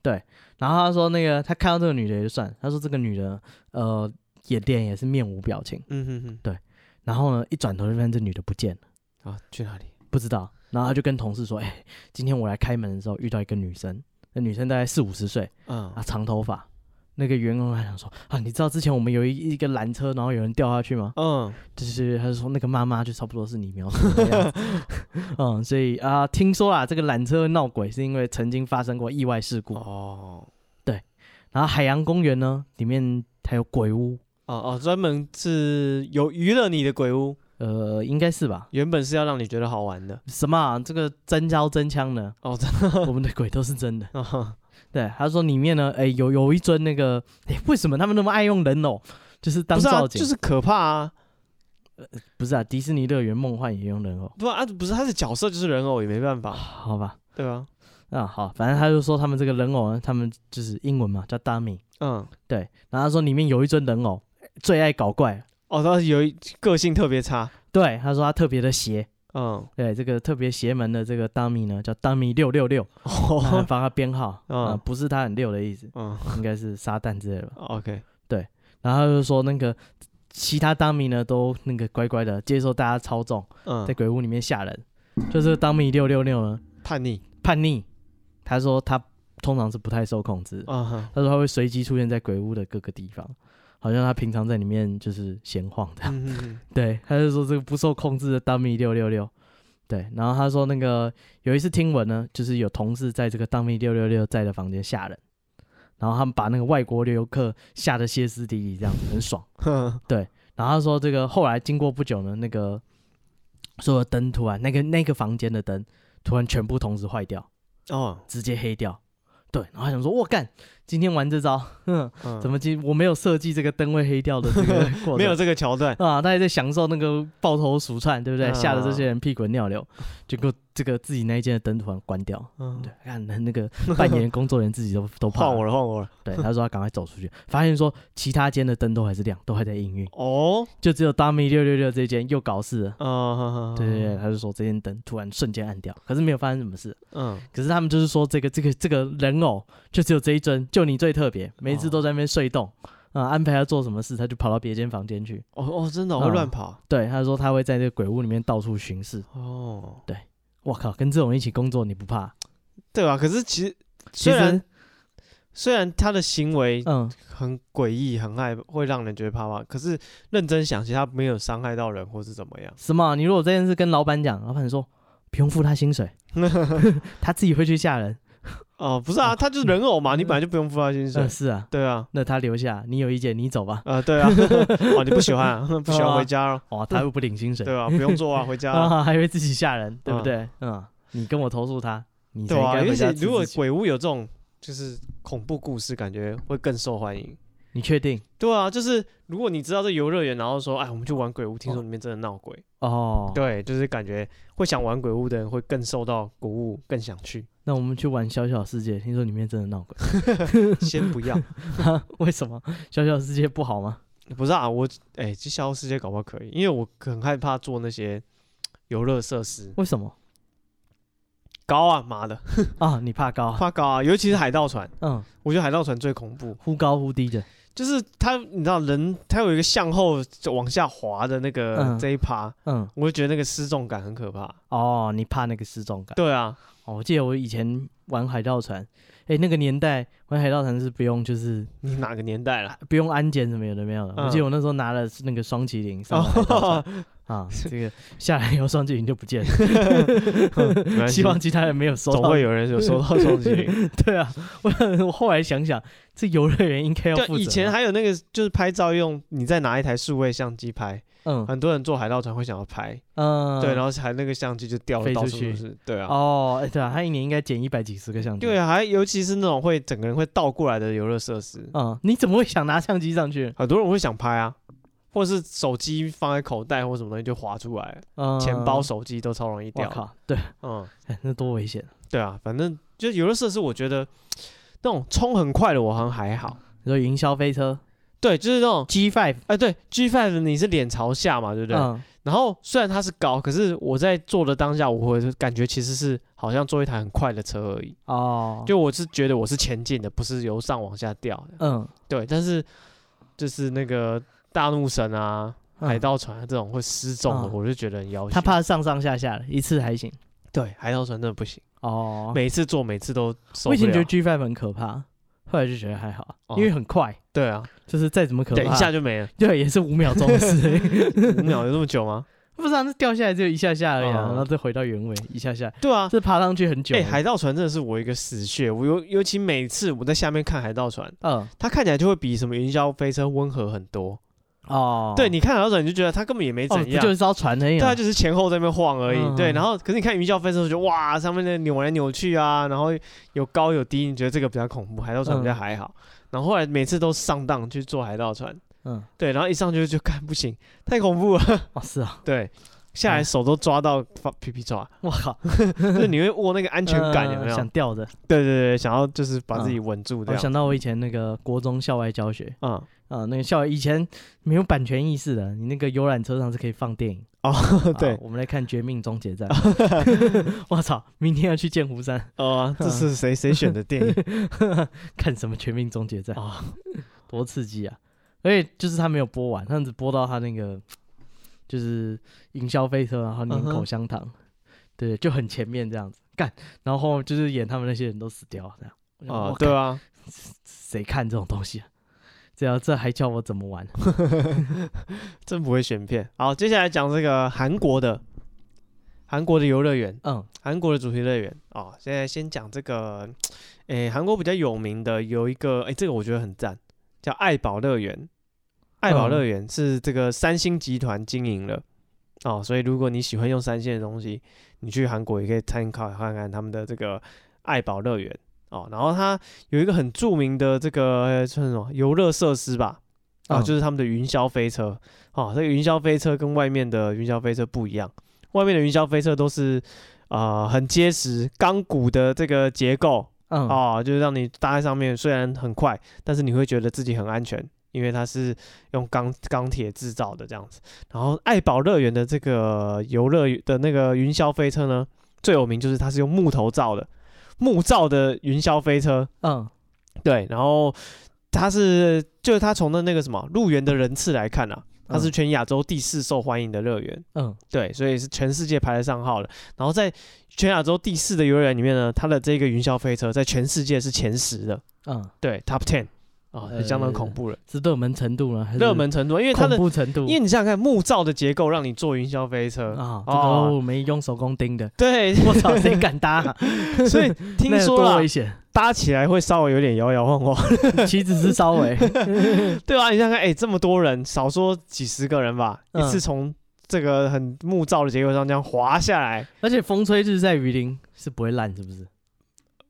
[SPEAKER 2] 对，然后他说那个他看到这个女的也就算，他说这个女的呃也脸也是面无表情，
[SPEAKER 1] 嗯嗯
[SPEAKER 2] 然后呢一转头就发现这女的不见了，
[SPEAKER 1] 嗯，啊，去哪里？
[SPEAKER 2] 不知道，然后他就跟同事说：“哎、今天我来开门的时候遇到一个女生，那女生大概四五十岁
[SPEAKER 1] 嗯
[SPEAKER 2] 啊，长头发。”那个员工还想说啊，你知道之前我们有一一个缆车，然后有人掉下去吗？
[SPEAKER 1] 嗯，
[SPEAKER 2] 就是他就说那个妈妈就差不多是你描述的样
[SPEAKER 1] *laughs*
[SPEAKER 2] 子，嗯，所以啊、听说啊，这个缆车闹鬼是因为曾经发生过意外事故，
[SPEAKER 1] 哦
[SPEAKER 2] 然后海洋公园呢里面还有鬼屋，
[SPEAKER 1] 哦哦，专门是有娱乐你的鬼屋，
[SPEAKER 2] 呃，应该是吧？
[SPEAKER 1] 原本是要让你觉得好玩的
[SPEAKER 2] 什么、啊、这个真刀真枪呢？
[SPEAKER 1] 哦，真 *laughs* 哦
[SPEAKER 2] 我们的鬼都是真的。 *laughs*
[SPEAKER 1] 的，
[SPEAKER 2] 对，他说里面呢，哎、有有一尊那个，哎、为什么他们那么爱用人偶？就是当
[SPEAKER 1] 不是啊，
[SPEAKER 2] 造景，
[SPEAKER 1] 就是可怕啊，
[SPEAKER 2] 不是啊，迪士尼乐园梦幻也用人偶，啊
[SPEAKER 1] 不啊，不是，他的角色就是人偶，也没办法，
[SPEAKER 2] 好吧？
[SPEAKER 1] 对吧？
[SPEAKER 2] 啊，好，反正他就说他们这个人偶呢，他们就是英文嘛，叫 dummy。
[SPEAKER 1] 嗯，
[SPEAKER 2] 对，然后他说里面有一尊人偶最爱搞怪，
[SPEAKER 1] 哦，他有一个性特别差，
[SPEAKER 2] 对，他说他特别的邪，
[SPEAKER 1] 嗯，
[SPEAKER 2] 对，这个特别邪门的这个 dummy 呢叫 dummy 六六六，
[SPEAKER 1] 哦
[SPEAKER 2] 帮，他编号，啊、
[SPEAKER 1] 嗯
[SPEAKER 2] 不是他很六的意思，
[SPEAKER 1] *laughs* 嗯
[SPEAKER 2] 应该是撒旦之类的吧。
[SPEAKER 1] ，OK，
[SPEAKER 2] 然后他就说那个其他 dummy 呢都那个乖乖的接受大家操纵，
[SPEAKER 1] 嗯，
[SPEAKER 2] 在鬼屋里面吓人，就这个 dummy 六六六呢
[SPEAKER 1] 叛逆，
[SPEAKER 2] 叛逆，他说他通常是不太受控制的，
[SPEAKER 1] 嗯 *laughs* 哼，
[SPEAKER 2] 他说他会随机出现在鬼屋的各个地方，好像他平常在里面就是闲晃这样。
[SPEAKER 1] 嗯嗯嗯
[SPEAKER 2] 对，他就说这个不受控制的 dummy 六六六。对，然后他说那个有一次听闻呢，就是有同事在这个 dummy 六六六在的房间吓人，然后他们把那个外国游客吓得歇斯底里，这样子很爽。
[SPEAKER 1] 哼，嗯
[SPEAKER 2] 然后他说这个后来经过不久呢，那个所有灯突然那个那个房间的灯突然全部同时坏掉，
[SPEAKER 1] 哦，
[SPEAKER 2] 直接黑掉。对，然后他想说，我干，今天玩这招，哼，
[SPEAKER 1] 嗯
[SPEAKER 2] 怎么今我没有设计这个灯会黑掉的这个过程，
[SPEAKER 1] 没有这个桥段？
[SPEAKER 2] *laughs* 啊，他还在享受那个抱头鼠窜，对不对？
[SPEAKER 1] 嗯
[SPEAKER 2] 吓得这些人屁滚尿流，结果这个自己那一间的灯突然关掉，
[SPEAKER 1] 嗯
[SPEAKER 2] 对，看那那个扮演工作人员自己都都怕
[SPEAKER 1] 换我 *laughs* 了，
[SPEAKER 2] 了，
[SPEAKER 1] 换我了，
[SPEAKER 2] 对，他说他赶快走出去，发现说其他间的灯都还是亮，都还在营运，
[SPEAKER 1] 哦，
[SPEAKER 2] 就只有 Dummy 六六六这间又搞事了。
[SPEAKER 1] 嗯，
[SPEAKER 2] 对对对，，他就说这间灯突然瞬间暗掉，可是没有发生什么事。
[SPEAKER 1] 嗯，
[SPEAKER 2] 可是他们就是说这个这个这个人偶就只有这一尊，就你最特别，每一次
[SPEAKER 1] 哦
[SPEAKER 2] 都在那边睡动，啊、安排他做什么事，他就跑到别间房间去。
[SPEAKER 1] 哦哦，真的哦会
[SPEAKER 2] 嗯
[SPEAKER 1] 乱跑，
[SPEAKER 2] 对，他说他会在这个鬼屋里面到处巡视。
[SPEAKER 1] 哦，
[SPEAKER 2] 我靠，跟这种人一起工作你不怕？
[SPEAKER 1] 对吧？可是其实
[SPEAKER 2] 其
[SPEAKER 1] 虽然
[SPEAKER 2] 实，
[SPEAKER 1] 虽然他的行为
[SPEAKER 2] 嗯，
[SPEAKER 1] 很诡异，很害会让人觉得怕怕。可是认真想，其实他没有伤害到人，或是怎么样。
[SPEAKER 2] 什么？你如果这件事跟老板讲，老板说不用付他薪
[SPEAKER 1] *laughs*
[SPEAKER 2] 水，他自己会去吓人。
[SPEAKER 1] 哦，不是啊，他就是人偶
[SPEAKER 2] *laughs*
[SPEAKER 1] 嘛，你本来就不用付他薪水
[SPEAKER 2] 嗯，。是啊，
[SPEAKER 1] 对啊，
[SPEAKER 2] 那他留下，你有意见你走吧。
[SPEAKER 1] 啊，对
[SPEAKER 2] *laughs*
[SPEAKER 1] 啊，哦，你不喜欢啊， *laughs* 不喜欢回家哦，
[SPEAKER 2] 哦，他又不领薪水，
[SPEAKER 1] 对啊，不用做
[SPEAKER 2] *laughs*
[SPEAKER 1] 啊，回家啊。
[SPEAKER 2] 啊，还会自己吓人，对不对？嗯，你跟我投诉他，你才
[SPEAKER 1] 对
[SPEAKER 2] 应
[SPEAKER 1] 啊，
[SPEAKER 2] 该
[SPEAKER 1] 而
[SPEAKER 2] 回
[SPEAKER 1] 且
[SPEAKER 2] 家
[SPEAKER 1] 如果
[SPEAKER 2] 自己
[SPEAKER 1] 鬼屋有这种就是恐怖故事，感觉会更受欢迎。
[SPEAKER 2] 你确定？
[SPEAKER 1] 对啊，就是如果你知道这游乐园，然后说，哎，我们去玩鬼屋，听说里面真的闹鬼，
[SPEAKER 2] 哦，
[SPEAKER 1] 对，就是感觉会想玩鬼屋的人会更受到鼓舞，更想去。
[SPEAKER 2] 那我们去玩小小世界，听说里面真的闹鬼， *laughs*
[SPEAKER 1] 先不要，
[SPEAKER 2] 哈为什么？小小世界不好吗？
[SPEAKER 1] 不是啊，我哎、欸，去消世界搞不好可以，因为我很害怕做那些游乐设施
[SPEAKER 2] 为什么
[SPEAKER 1] 高啊，妈的，
[SPEAKER 2] 啊？你怕高？
[SPEAKER 1] 怕高啊，尤其是海盗船，
[SPEAKER 2] 嗯，
[SPEAKER 1] 我觉得海盗船最恐怖，
[SPEAKER 2] 忽高忽低的，
[SPEAKER 1] 就是它，你知道人它有一个向后往下滑的那个、
[SPEAKER 2] 嗯
[SPEAKER 1] 这一趴，
[SPEAKER 2] 嗯，
[SPEAKER 1] 我就觉得那个失重感很可怕。
[SPEAKER 2] 哦，你怕那个失重感。
[SPEAKER 1] 对啊，
[SPEAKER 2] 哦，我记得我以前玩海盗船，哎、那个年代玩海盗船是不用就是
[SPEAKER 1] 你哪个年代了？
[SPEAKER 2] 不用安检什么有的没有的。我记得
[SPEAKER 1] 嗯哦
[SPEAKER 2] 我那时候拿了那个双麒麟上海盗 *laughs* 船、啊，这个下来以后双麒麟就不
[SPEAKER 1] *laughs*
[SPEAKER 2] 见了，
[SPEAKER 1] 没关系
[SPEAKER 2] 希望其他人没有收
[SPEAKER 1] 总
[SPEAKER 2] 到
[SPEAKER 1] 会。有人有收到这种情
[SPEAKER 2] 对啊，我我后来想想，这游乐园应该要
[SPEAKER 1] 就
[SPEAKER 2] 负责。啊
[SPEAKER 1] 以前还有那个，就是拍照用，你再拿一台数位相机拍，
[SPEAKER 2] 嗯
[SPEAKER 1] 很多人坐海盗船会想要拍，
[SPEAKER 2] 嗯，
[SPEAKER 1] 对，然后还那个相机就掉了
[SPEAKER 2] 飞
[SPEAKER 1] 到
[SPEAKER 2] 出
[SPEAKER 1] 处都
[SPEAKER 2] 去
[SPEAKER 1] 是，对啊，
[SPEAKER 2] 哦，哎，对啊，他一年应该减一百几十个相机。
[SPEAKER 1] 对，啊，还尤其是那种会整个人会倒过来的游乐设施，
[SPEAKER 2] 嗯，你怎么会想拿相机上去？
[SPEAKER 1] 很多人会想拍啊，或是手机放在口袋或什么东西就滑出来，
[SPEAKER 2] 嗯，
[SPEAKER 1] 钱包、手机都超容易
[SPEAKER 2] 我
[SPEAKER 1] 掉。
[SPEAKER 2] 靠，对， *laughs*
[SPEAKER 1] 嗯，
[SPEAKER 2] 哎那多危险！
[SPEAKER 1] 对啊，反正就游乐设施，我觉得那种冲很快的我好像还好。
[SPEAKER 2] 你说云霄飞车嗯
[SPEAKER 1] 对，就是那种
[SPEAKER 2] G Five，
[SPEAKER 1] 哎，对，G Five 你是脸朝下嘛，对不对？
[SPEAKER 2] 嗯，
[SPEAKER 1] 然后虽然它是高，可是我在坐的当下，我会感觉其实是好像坐一台很快的车而已。
[SPEAKER 2] 哦，
[SPEAKER 1] 就我是觉得我是前进的，不是由上往下掉的。
[SPEAKER 2] 嗯，
[SPEAKER 1] 对，但是就是那个大怒神啊、
[SPEAKER 2] 嗯
[SPEAKER 1] 海盗船啊这种会失重的，
[SPEAKER 2] 嗯
[SPEAKER 1] 我就觉得很要求。
[SPEAKER 2] 他怕上上下下的一次还行。
[SPEAKER 1] 对海盗船真的不行，
[SPEAKER 2] 哦，
[SPEAKER 1] 每次坐每次都受
[SPEAKER 2] 我以
[SPEAKER 1] 不
[SPEAKER 2] 前觉
[SPEAKER 1] 了
[SPEAKER 2] 得。G Five 很可怕，后来就觉得还好，
[SPEAKER 1] 哦
[SPEAKER 2] 因为很快，
[SPEAKER 1] 对啊，
[SPEAKER 2] 就是再怎么可怕，
[SPEAKER 1] 等一下就没了，
[SPEAKER 2] *laughs* 对，也是五秒钟的事。
[SPEAKER 1] 五秒有那么久
[SPEAKER 2] *laughs*
[SPEAKER 1] 吗？
[SPEAKER 2] 不是啊，那掉下来只有一下下而已、啊，
[SPEAKER 1] 嗯
[SPEAKER 2] 然后再回到原位，一下下，
[SPEAKER 1] 对啊，
[SPEAKER 2] 这爬上去很久。
[SPEAKER 1] 哎、海盗船真的是我一个死穴。我尤尤其每次我在下面看海盗船，
[SPEAKER 2] 嗯
[SPEAKER 1] 它看起来就会比什么云霄飞车温和很多。
[SPEAKER 2] 哦，
[SPEAKER 1] 对，你看海盗船你就觉得它根本也没
[SPEAKER 2] 哦，
[SPEAKER 1] 怎
[SPEAKER 2] 不
[SPEAKER 1] 样，
[SPEAKER 2] 啊就是艘船而
[SPEAKER 1] 对，
[SPEAKER 2] 已吗
[SPEAKER 1] 它？就是前后在那边晃而已。
[SPEAKER 2] 嗯
[SPEAKER 1] 对，然后可是你看云霄飞车，就觉得哇，上面的扭来扭去啊，然后有高有低，你觉得这个比较恐怖，海盗船比较
[SPEAKER 2] 嗯
[SPEAKER 1] 还好。然后后来每次都上当去坐海盗船，
[SPEAKER 2] 嗯，
[SPEAKER 1] 对，然后一上去就看不行，太恐怖了。 *laughs*
[SPEAKER 2] 哦是 *laughs* 啊，
[SPEAKER 1] 对，下来
[SPEAKER 2] 嗯
[SPEAKER 1] 手都抓到发皮皮抓，
[SPEAKER 2] 我靠，
[SPEAKER 1] 就是你会握那个安全感有没有？
[SPEAKER 2] 呃想掉的。哦
[SPEAKER 1] 对对对，想要就是把自己稳住这
[SPEAKER 2] 我
[SPEAKER 1] 样。
[SPEAKER 2] 想到我以前那个国中校外教学
[SPEAKER 1] 嗯，
[SPEAKER 2] 啊、那个校外以前没有版权意识的，你那个游览车上是可以放电影。
[SPEAKER 1] 哦，
[SPEAKER 2] 啊
[SPEAKER 1] *laughs* 对，
[SPEAKER 2] 我们来看《绝命终
[SPEAKER 1] *laughs*
[SPEAKER 2] 结战》。我操，明天要去剑湖山 *laughs*
[SPEAKER 1] 哦，这是谁谁选的电影
[SPEAKER 2] 看什么《绝命终结战》
[SPEAKER 1] 啊？
[SPEAKER 2] *laughs* 多刺激啊！而且就是他没有播完，他只播到他那个就是营销飞车，然后
[SPEAKER 1] 嗯
[SPEAKER 2] 拧
[SPEAKER 1] 哼
[SPEAKER 2] 口香糖对，就很前面这样子干，然后后面就是演他们那些人都死掉了这样。我想
[SPEAKER 1] 啊
[SPEAKER 2] 我，
[SPEAKER 1] 对
[SPEAKER 2] 靠
[SPEAKER 1] 啊，
[SPEAKER 2] 谁看这种东西啊？这样这还叫我怎么玩？
[SPEAKER 1] *laughs* 真不会选片。好，接下来讲这个韩国的，韩国的游乐园，
[SPEAKER 2] 嗯
[SPEAKER 1] 韩国的主题乐园哦。现在先讲这个，诶，韩国比较有名的有一个，诶，这个我觉得很赞，叫爱宝乐园。爱宝乐园是这个三星集团经营的哦，所以如果你喜欢用三星的东西，你去韩国也可以参考看看他们的这个爱宝乐园哦。然后它有一个很著名的这个呃算什么游乐设施吧，啊，
[SPEAKER 2] 嗯
[SPEAKER 1] 就是他们的云霄飞车哦。这个云霄飞车跟外面的云霄飞车不一样，外面的云霄飞车都是啊、呃很结实钢骨的这个结构
[SPEAKER 2] 嗯
[SPEAKER 1] 哦，就是让你搭在上面，虽然很快，但是你会觉得自己很安全。因为它是用钢钢铁制造的这样子，然后爱宝乐园的这个游乐园的那个云霄飞车呢，最有名就是它是用木头造的，木造的云霄飞车，
[SPEAKER 2] 嗯
[SPEAKER 1] 对，然后它是就是它从的那个什么入园的人次来看啊，它是
[SPEAKER 2] 嗯
[SPEAKER 1] 全亚洲第四受欢迎的乐园，
[SPEAKER 2] 嗯
[SPEAKER 1] 对，所以是全世界排得上号的。然后在全亚洲第四的游乐园里面呢，它的这个云霄飞车在全世界是前十的，
[SPEAKER 2] 嗯，
[SPEAKER 1] 对，Top Ten 啊，
[SPEAKER 2] 呃
[SPEAKER 1] 相当恐怖了，
[SPEAKER 2] 是热门程度呢？还是
[SPEAKER 1] 热门程度，因为它
[SPEAKER 2] 恐
[SPEAKER 1] 的，
[SPEAKER 2] 怖程度？
[SPEAKER 1] 因为你想想看，木造的结构让你坐云霄飞车，
[SPEAKER 2] 啊，这
[SPEAKER 1] 哦
[SPEAKER 2] 个我们用手工钉的， *laughs*
[SPEAKER 1] 对， *laughs*
[SPEAKER 2] 我操，谁敢 *laughs* 搭啊？
[SPEAKER 1] 所以听
[SPEAKER 2] 那有
[SPEAKER 1] 说
[SPEAKER 2] 多
[SPEAKER 1] 了
[SPEAKER 2] 危 *laughs* 险，
[SPEAKER 1] 搭起来会稍微有点摇摇晃晃。
[SPEAKER 2] 岂止是稍微，
[SPEAKER 1] 对啊，你想想看，哎、这么多人，少说几十个人吧，
[SPEAKER 2] 嗯
[SPEAKER 1] 一次从这个很木造的结构上这样滑下来，
[SPEAKER 2] 而且风吹日晒雨淋是不会烂，是不是？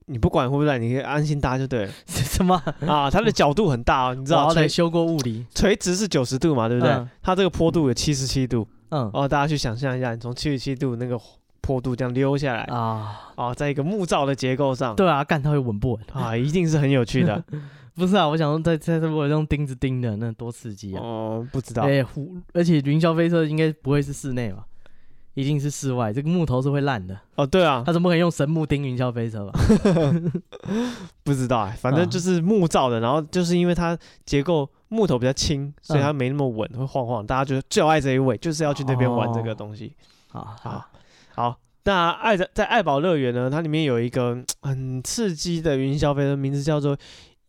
[SPEAKER 1] 你不管会不会烂，你可以安心搭就对了
[SPEAKER 2] *laughs* 是什么？
[SPEAKER 1] 啊。它的角度很大哦，你知
[SPEAKER 2] 然
[SPEAKER 1] 道
[SPEAKER 2] 后
[SPEAKER 1] 垂
[SPEAKER 2] 才修过物理，
[SPEAKER 1] 垂直是九十度嘛，对不对？
[SPEAKER 2] 嗯
[SPEAKER 1] 它这个坡度有七十七度，
[SPEAKER 2] 嗯
[SPEAKER 1] 哦，大家去想象一下，你从七十七度那个坡度这样溜下来啊、
[SPEAKER 2] 啊，
[SPEAKER 1] 哦，在一个木造的结构上，
[SPEAKER 2] 对啊，干它会稳不稳？
[SPEAKER 1] 啊，一定是很有趣
[SPEAKER 2] *laughs*
[SPEAKER 1] 的。
[SPEAKER 2] 不是啊，我想说在在如果用钉子钉的，那多刺激啊！
[SPEAKER 1] 哦，不知道，
[SPEAKER 2] 哎，虎，而且云霄飞车应该不会是室内吧？一定是室外，这个木头是会烂的，
[SPEAKER 1] 哦，对啊，
[SPEAKER 2] 他怎么可以用神木钉云霄飞车 *laughs* 吧？
[SPEAKER 1] 不知道哎、反正
[SPEAKER 2] 嗯
[SPEAKER 1] 就是木造的，然后就是因为它结构木头比较轻，所以它
[SPEAKER 2] 嗯
[SPEAKER 1] 没那么稳，会晃晃。大家就就爱这一位，就是要去那边玩这个
[SPEAKER 2] 哦
[SPEAKER 1] 东西。
[SPEAKER 2] 啊
[SPEAKER 1] 好，好，那爱在在爱宝乐园呢，它里面有一个嗯很刺激的云霄飞车，名字叫做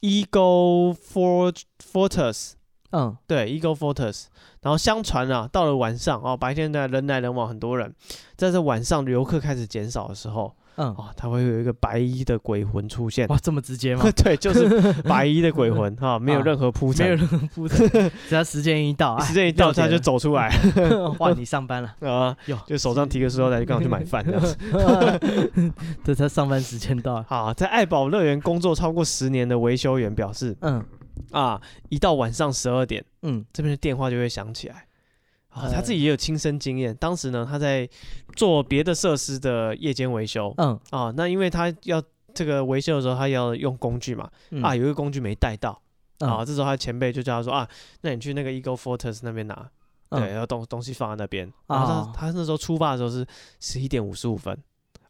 [SPEAKER 1] Eagle Fort Fortress。
[SPEAKER 2] 嗯
[SPEAKER 1] 对，Eagle Fortress。然后相传啊，到了晚上哦，白天呢人来人往，很多人，但是晚上游客开始减少的时候，
[SPEAKER 2] 嗯嗯，
[SPEAKER 1] 哦，它会有一个白衣的鬼魂出现。
[SPEAKER 2] 哇，这么直 *laughs* 接吗？
[SPEAKER 1] *laughs* 对，就是白衣的鬼魂哈、没有
[SPEAKER 2] 啊
[SPEAKER 1] 任何铺
[SPEAKER 2] 没
[SPEAKER 1] 陈，
[SPEAKER 2] 有人铺 *laughs* 陈，只要时间一到，哎
[SPEAKER 1] 时间一到
[SPEAKER 2] 了解
[SPEAKER 1] 他就
[SPEAKER 2] 了
[SPEAKER 1] 走出
[SPEAKER 2] *laughs*
[SPEAKER 1] 来 *laughs*
[SPEAKER 2] 换你上班了。
[SPEAKER 1] 啊
[SPEAKER 2] 哟，
[SPEAKER 1] 就手上
[SPEAKER 2] *laughs*
[SPEAKER 1] 提个塑料袋，就刚好去买饭这样子。
[SPEAKER 2] 这才上班时间到了。 *laughs*
[SPEAKER 1] 好，在爱宝乐园工作超过十年的维修员表示，
[SPEAKER 2] 嗯
[SPEAKER 1] 啊，一到晚上十二点，
[SPEAKER 2] 嗯
[SPEAKER 1] 这边的电话就会响起来。啊，他
[SPEAKER 2] 呃
[SPEAKER 1] 自己也有亲身经验。当时呢，他在做别的设施的夜间维修
[SPEAKER 2] 嗯
[SPEAKER 1] 啊，那因为他要这个维修的时候，他要用工具嘛，
[SPEAKER 2] 嗯
[SPEAKER 1] 啊，有一个工具没带到啊，
[SPEAKER 2] 嗯
[SPEAKER 1] 这时候他前辈就叫他说啊，那你去那个 Ego Fortress 那边拿，
[SPEAKER 2] 嗯
[SPEAKER 1] 对，然后东东西放在那边。然后
[SPEAKER 2] 哦
[SPEAKER 1] 他他那时候出发的时候是十一点五十五分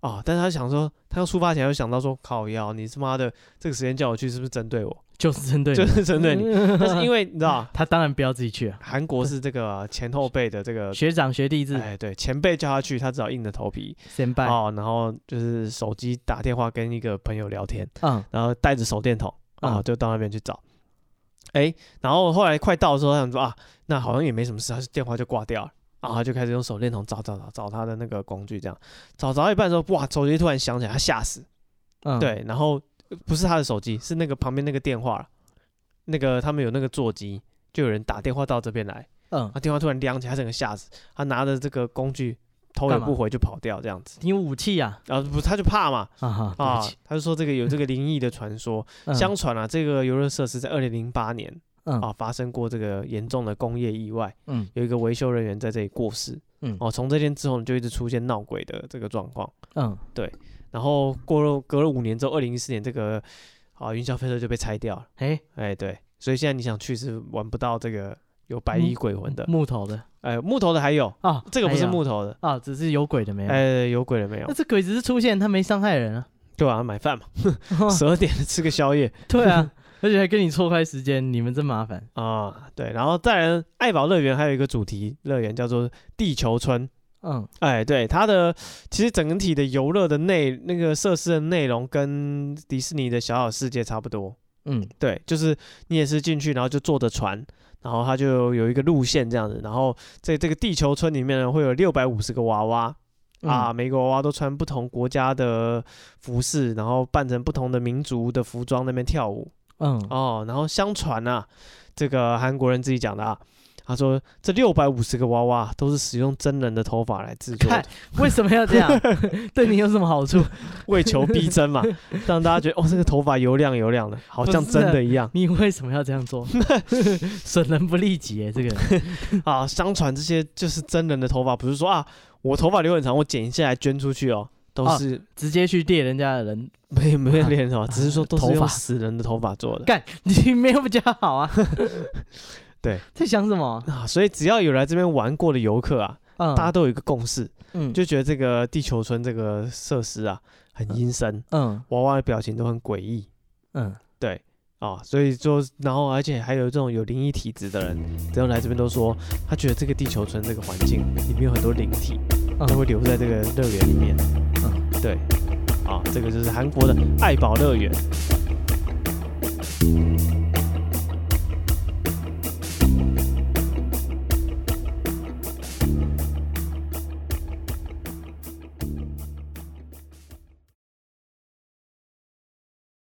[SPEAKER 1] 啊，但是他想说，他要出发前就想到说，靠腰，你他妈的这个时间叫我去，是不是针对我？ *laughs*
[SPEAKER 2] 就是针对你，
[SPEAKER 1] 就是针对你。
[SPEAKER 2] *laughs*
[SPEAKER 1] 但是因
[SPEAKER 2] 为
[SPEAKER 1] 为你知道，
[SPEAKER 2] 他当然不要自己去啊，
[SPEAKER 1] 韩国是这个前后辈的这个，
[SPEAKER 2] 学长学弟制，
[SPEAKER 1] 哎，对，前辈叫他去，他只好硬着头皮
[SPEAKER 2] 先拜。
[SPEAKER 1] 哦，然后就是手机打电话跟一个朋友聊天，
[SPEAKER 2] 嗯
[SPEAKER 1] 然后带着手电筒啊、
[SPEAKER 2] 嗯
[SPEAKER 1] 就到那边去找。哎，然后后来快到的时候，他想说啊，那好像也没什么事，他就电话就挂掉了。然后就开始用手电筒找找找找他的那个工具，这样找找到一半的时候，哇，手机突然响起来，他吓死。
[SPEAKER 2] 嗯，
[SPEAKER 1] 对，然后呃不是他的手机，是那个旁边那个电话，那个他们有那个座机，就有人打电话到这边来，
[SPEAKER 2] 嗯，
[SPEAKER 1] 他电话突然亮起来，他整个吓死，他拿着这个工具头也
[SPEAKER 2] 干嘛
[SPEAKER 1] 不回就跑掉这样子，
[SPEAKER 2] 你有武器啊，
[SPEAKER 1] 然后不他就怕嘛
[SPEAKER 2] 啊哈，对
[SPEAKER 1] 啊
[SPEAKER 2] 不起，
[SPEAKER 1] 他就说这个有这个灵异的传说，
[SPEAKER 2] 嗯
[SPEAKER 1] 相传啊这个游乐设施在二零零八年
[SPEAKER 2] 嗯
[SPEAKER 1] 啊发生过这个严重的工业意外，
[SPEAKER 2] 嗯
[SPEAKER 1] 有一个维修人员在这里过世，
[SPEAKER 2] 嗯
[SPEAKER 1] 哦从这天之后呢就一直出现闹鬼的这个状况，
[SPEAKER 2] 嗯
[SPEAKER 1] 然后过了隔了五年之后，二零一四年这个啊云霄飞车就被拆掉了，
[SPEAKER 2] 哎，
[SPEAKER 1] 哎对，所以现在你想去是玩不到这个有白衣鬼魂的，
[SPEAKER 2] 木头的
[SPEAKER 1] 哎木头的还有。
[SPEAKER 2] 啊，
[SPEAKER 1] 这个不是
[SPEAKER 2] 嗯还有
[SPEAKER 1] 木头的，
[SPEAKER 2] 啊，只是有鬼的没有。
[SPEAKER 1] 哎，有鬼了没有
[SPEAKER 2] *laughs* 那？这鬼只是出现，他没伤害人啊。
[SPEAKER 1] 对啊，买
[SPEAKER 2] *laughs*
[SPEAKER 1] 饭嘛，十二点吃个宵夜
[SPEAKER 2] 对啊， *laughs* 而且还跟你错开时间，你们真麻烦
[SPEAKER 1] 啊，对，然后再来爱宝乐园还有一个主题乐园叫做地球村，
[SPEAKER 2] 嗯
[SPEAKER 1] 哎，对，它的其实整体的游乐的内那个设施的内容跟迪士尼的小小世界差不多，
[SPEAKER 2] 嗯
[SPEAKER 1] 对，就是你也是进去，然后就坐着船。然后它就有一个路线这样子，然后在这个地球村里面呢，会有六百五十个娃娃，
[SPEAKER 2] 嗯
[SPEAKER 1] 啊，，每个娃娃都穿不同国家的服饰，然后扮成不同的民族的服装那边跳舞
[SPEAKER 2] 嗯嗯
[SPEAKER 1] 哦。然后相传啊，这个韩国人自己讲的啊，他说这六百五十个娃娃都是使用真人的头发来制作
[SPEAKER 2] 看
[SPEAKER 1] 的，
[SPEAKER 2] 为什么要这样？
[SPEAKER 1] *laughs*
[SPEAKER 2] 对你有什么好处？
[SPEAKER 1] 为求逼真
[SPEAKER 2] *laughs*
[SPEAKER 1] 嘛，让大家觉得哦，这个头发油亮油亮的，好像
[SPEAKER 2] 不是
[SPEAKER 1] 真的一样
[SPEAKER 2] 你为什么要这样
[SPEAKER 1] *laughs*
[SPEAKER 2] 做？损人不利己耶，这个人
[SPEAKER 1] 啊。相传这些就是真人的头发，不是说啊，我头发留很长，我剪一下来捐出去哦，都
[SPEAKER 2] 啊
[SPEAKER 1] 是。
[SPEAKER 2] 直接去猎人家的人，
[SPEAKER 1] 没有没有练头发，只是说都是
[SPEAKER 2] 啊头
[SPEAKER 1] 用
[SPEAKER 2] 发
[SPEAKER 1] 死人的头发做的。
[SPEAKER 2] 干你没有比较好啊？
[SPEAKER 1] *laughs* 对，
[SPEAKER 2] 在想什么？
[SPEAKER 1] 啊，所以只要有来这边玩过的游客啊，
[SPEAKER 2] 嗯，
[SPEAKER 1] 大家都有一个共识，
[SPEAKER 2] 嗯
[SPEAKER 1] 就觉得这个地球村这个设施啊很阴森，
[SPEAKER 2] 嗯
[SPEAKER 1] 娃娃的表情都很诡异
[SPEAKER 2] 嗯
[SPEAKER 1] 啊，所以说，然后而且还有这种有灵异体质的人，只要来这边都说，他觉得这个地球村这个环境里面有很多灵体，都会
[SPEAKER 2] 嗯，
[SPEAKER 1] 留在这个乐园里面。哦
[SPEAKER 2] 嗯
[SPEAKER 1] 对，啊，这个就是韩国的爱宝乐园。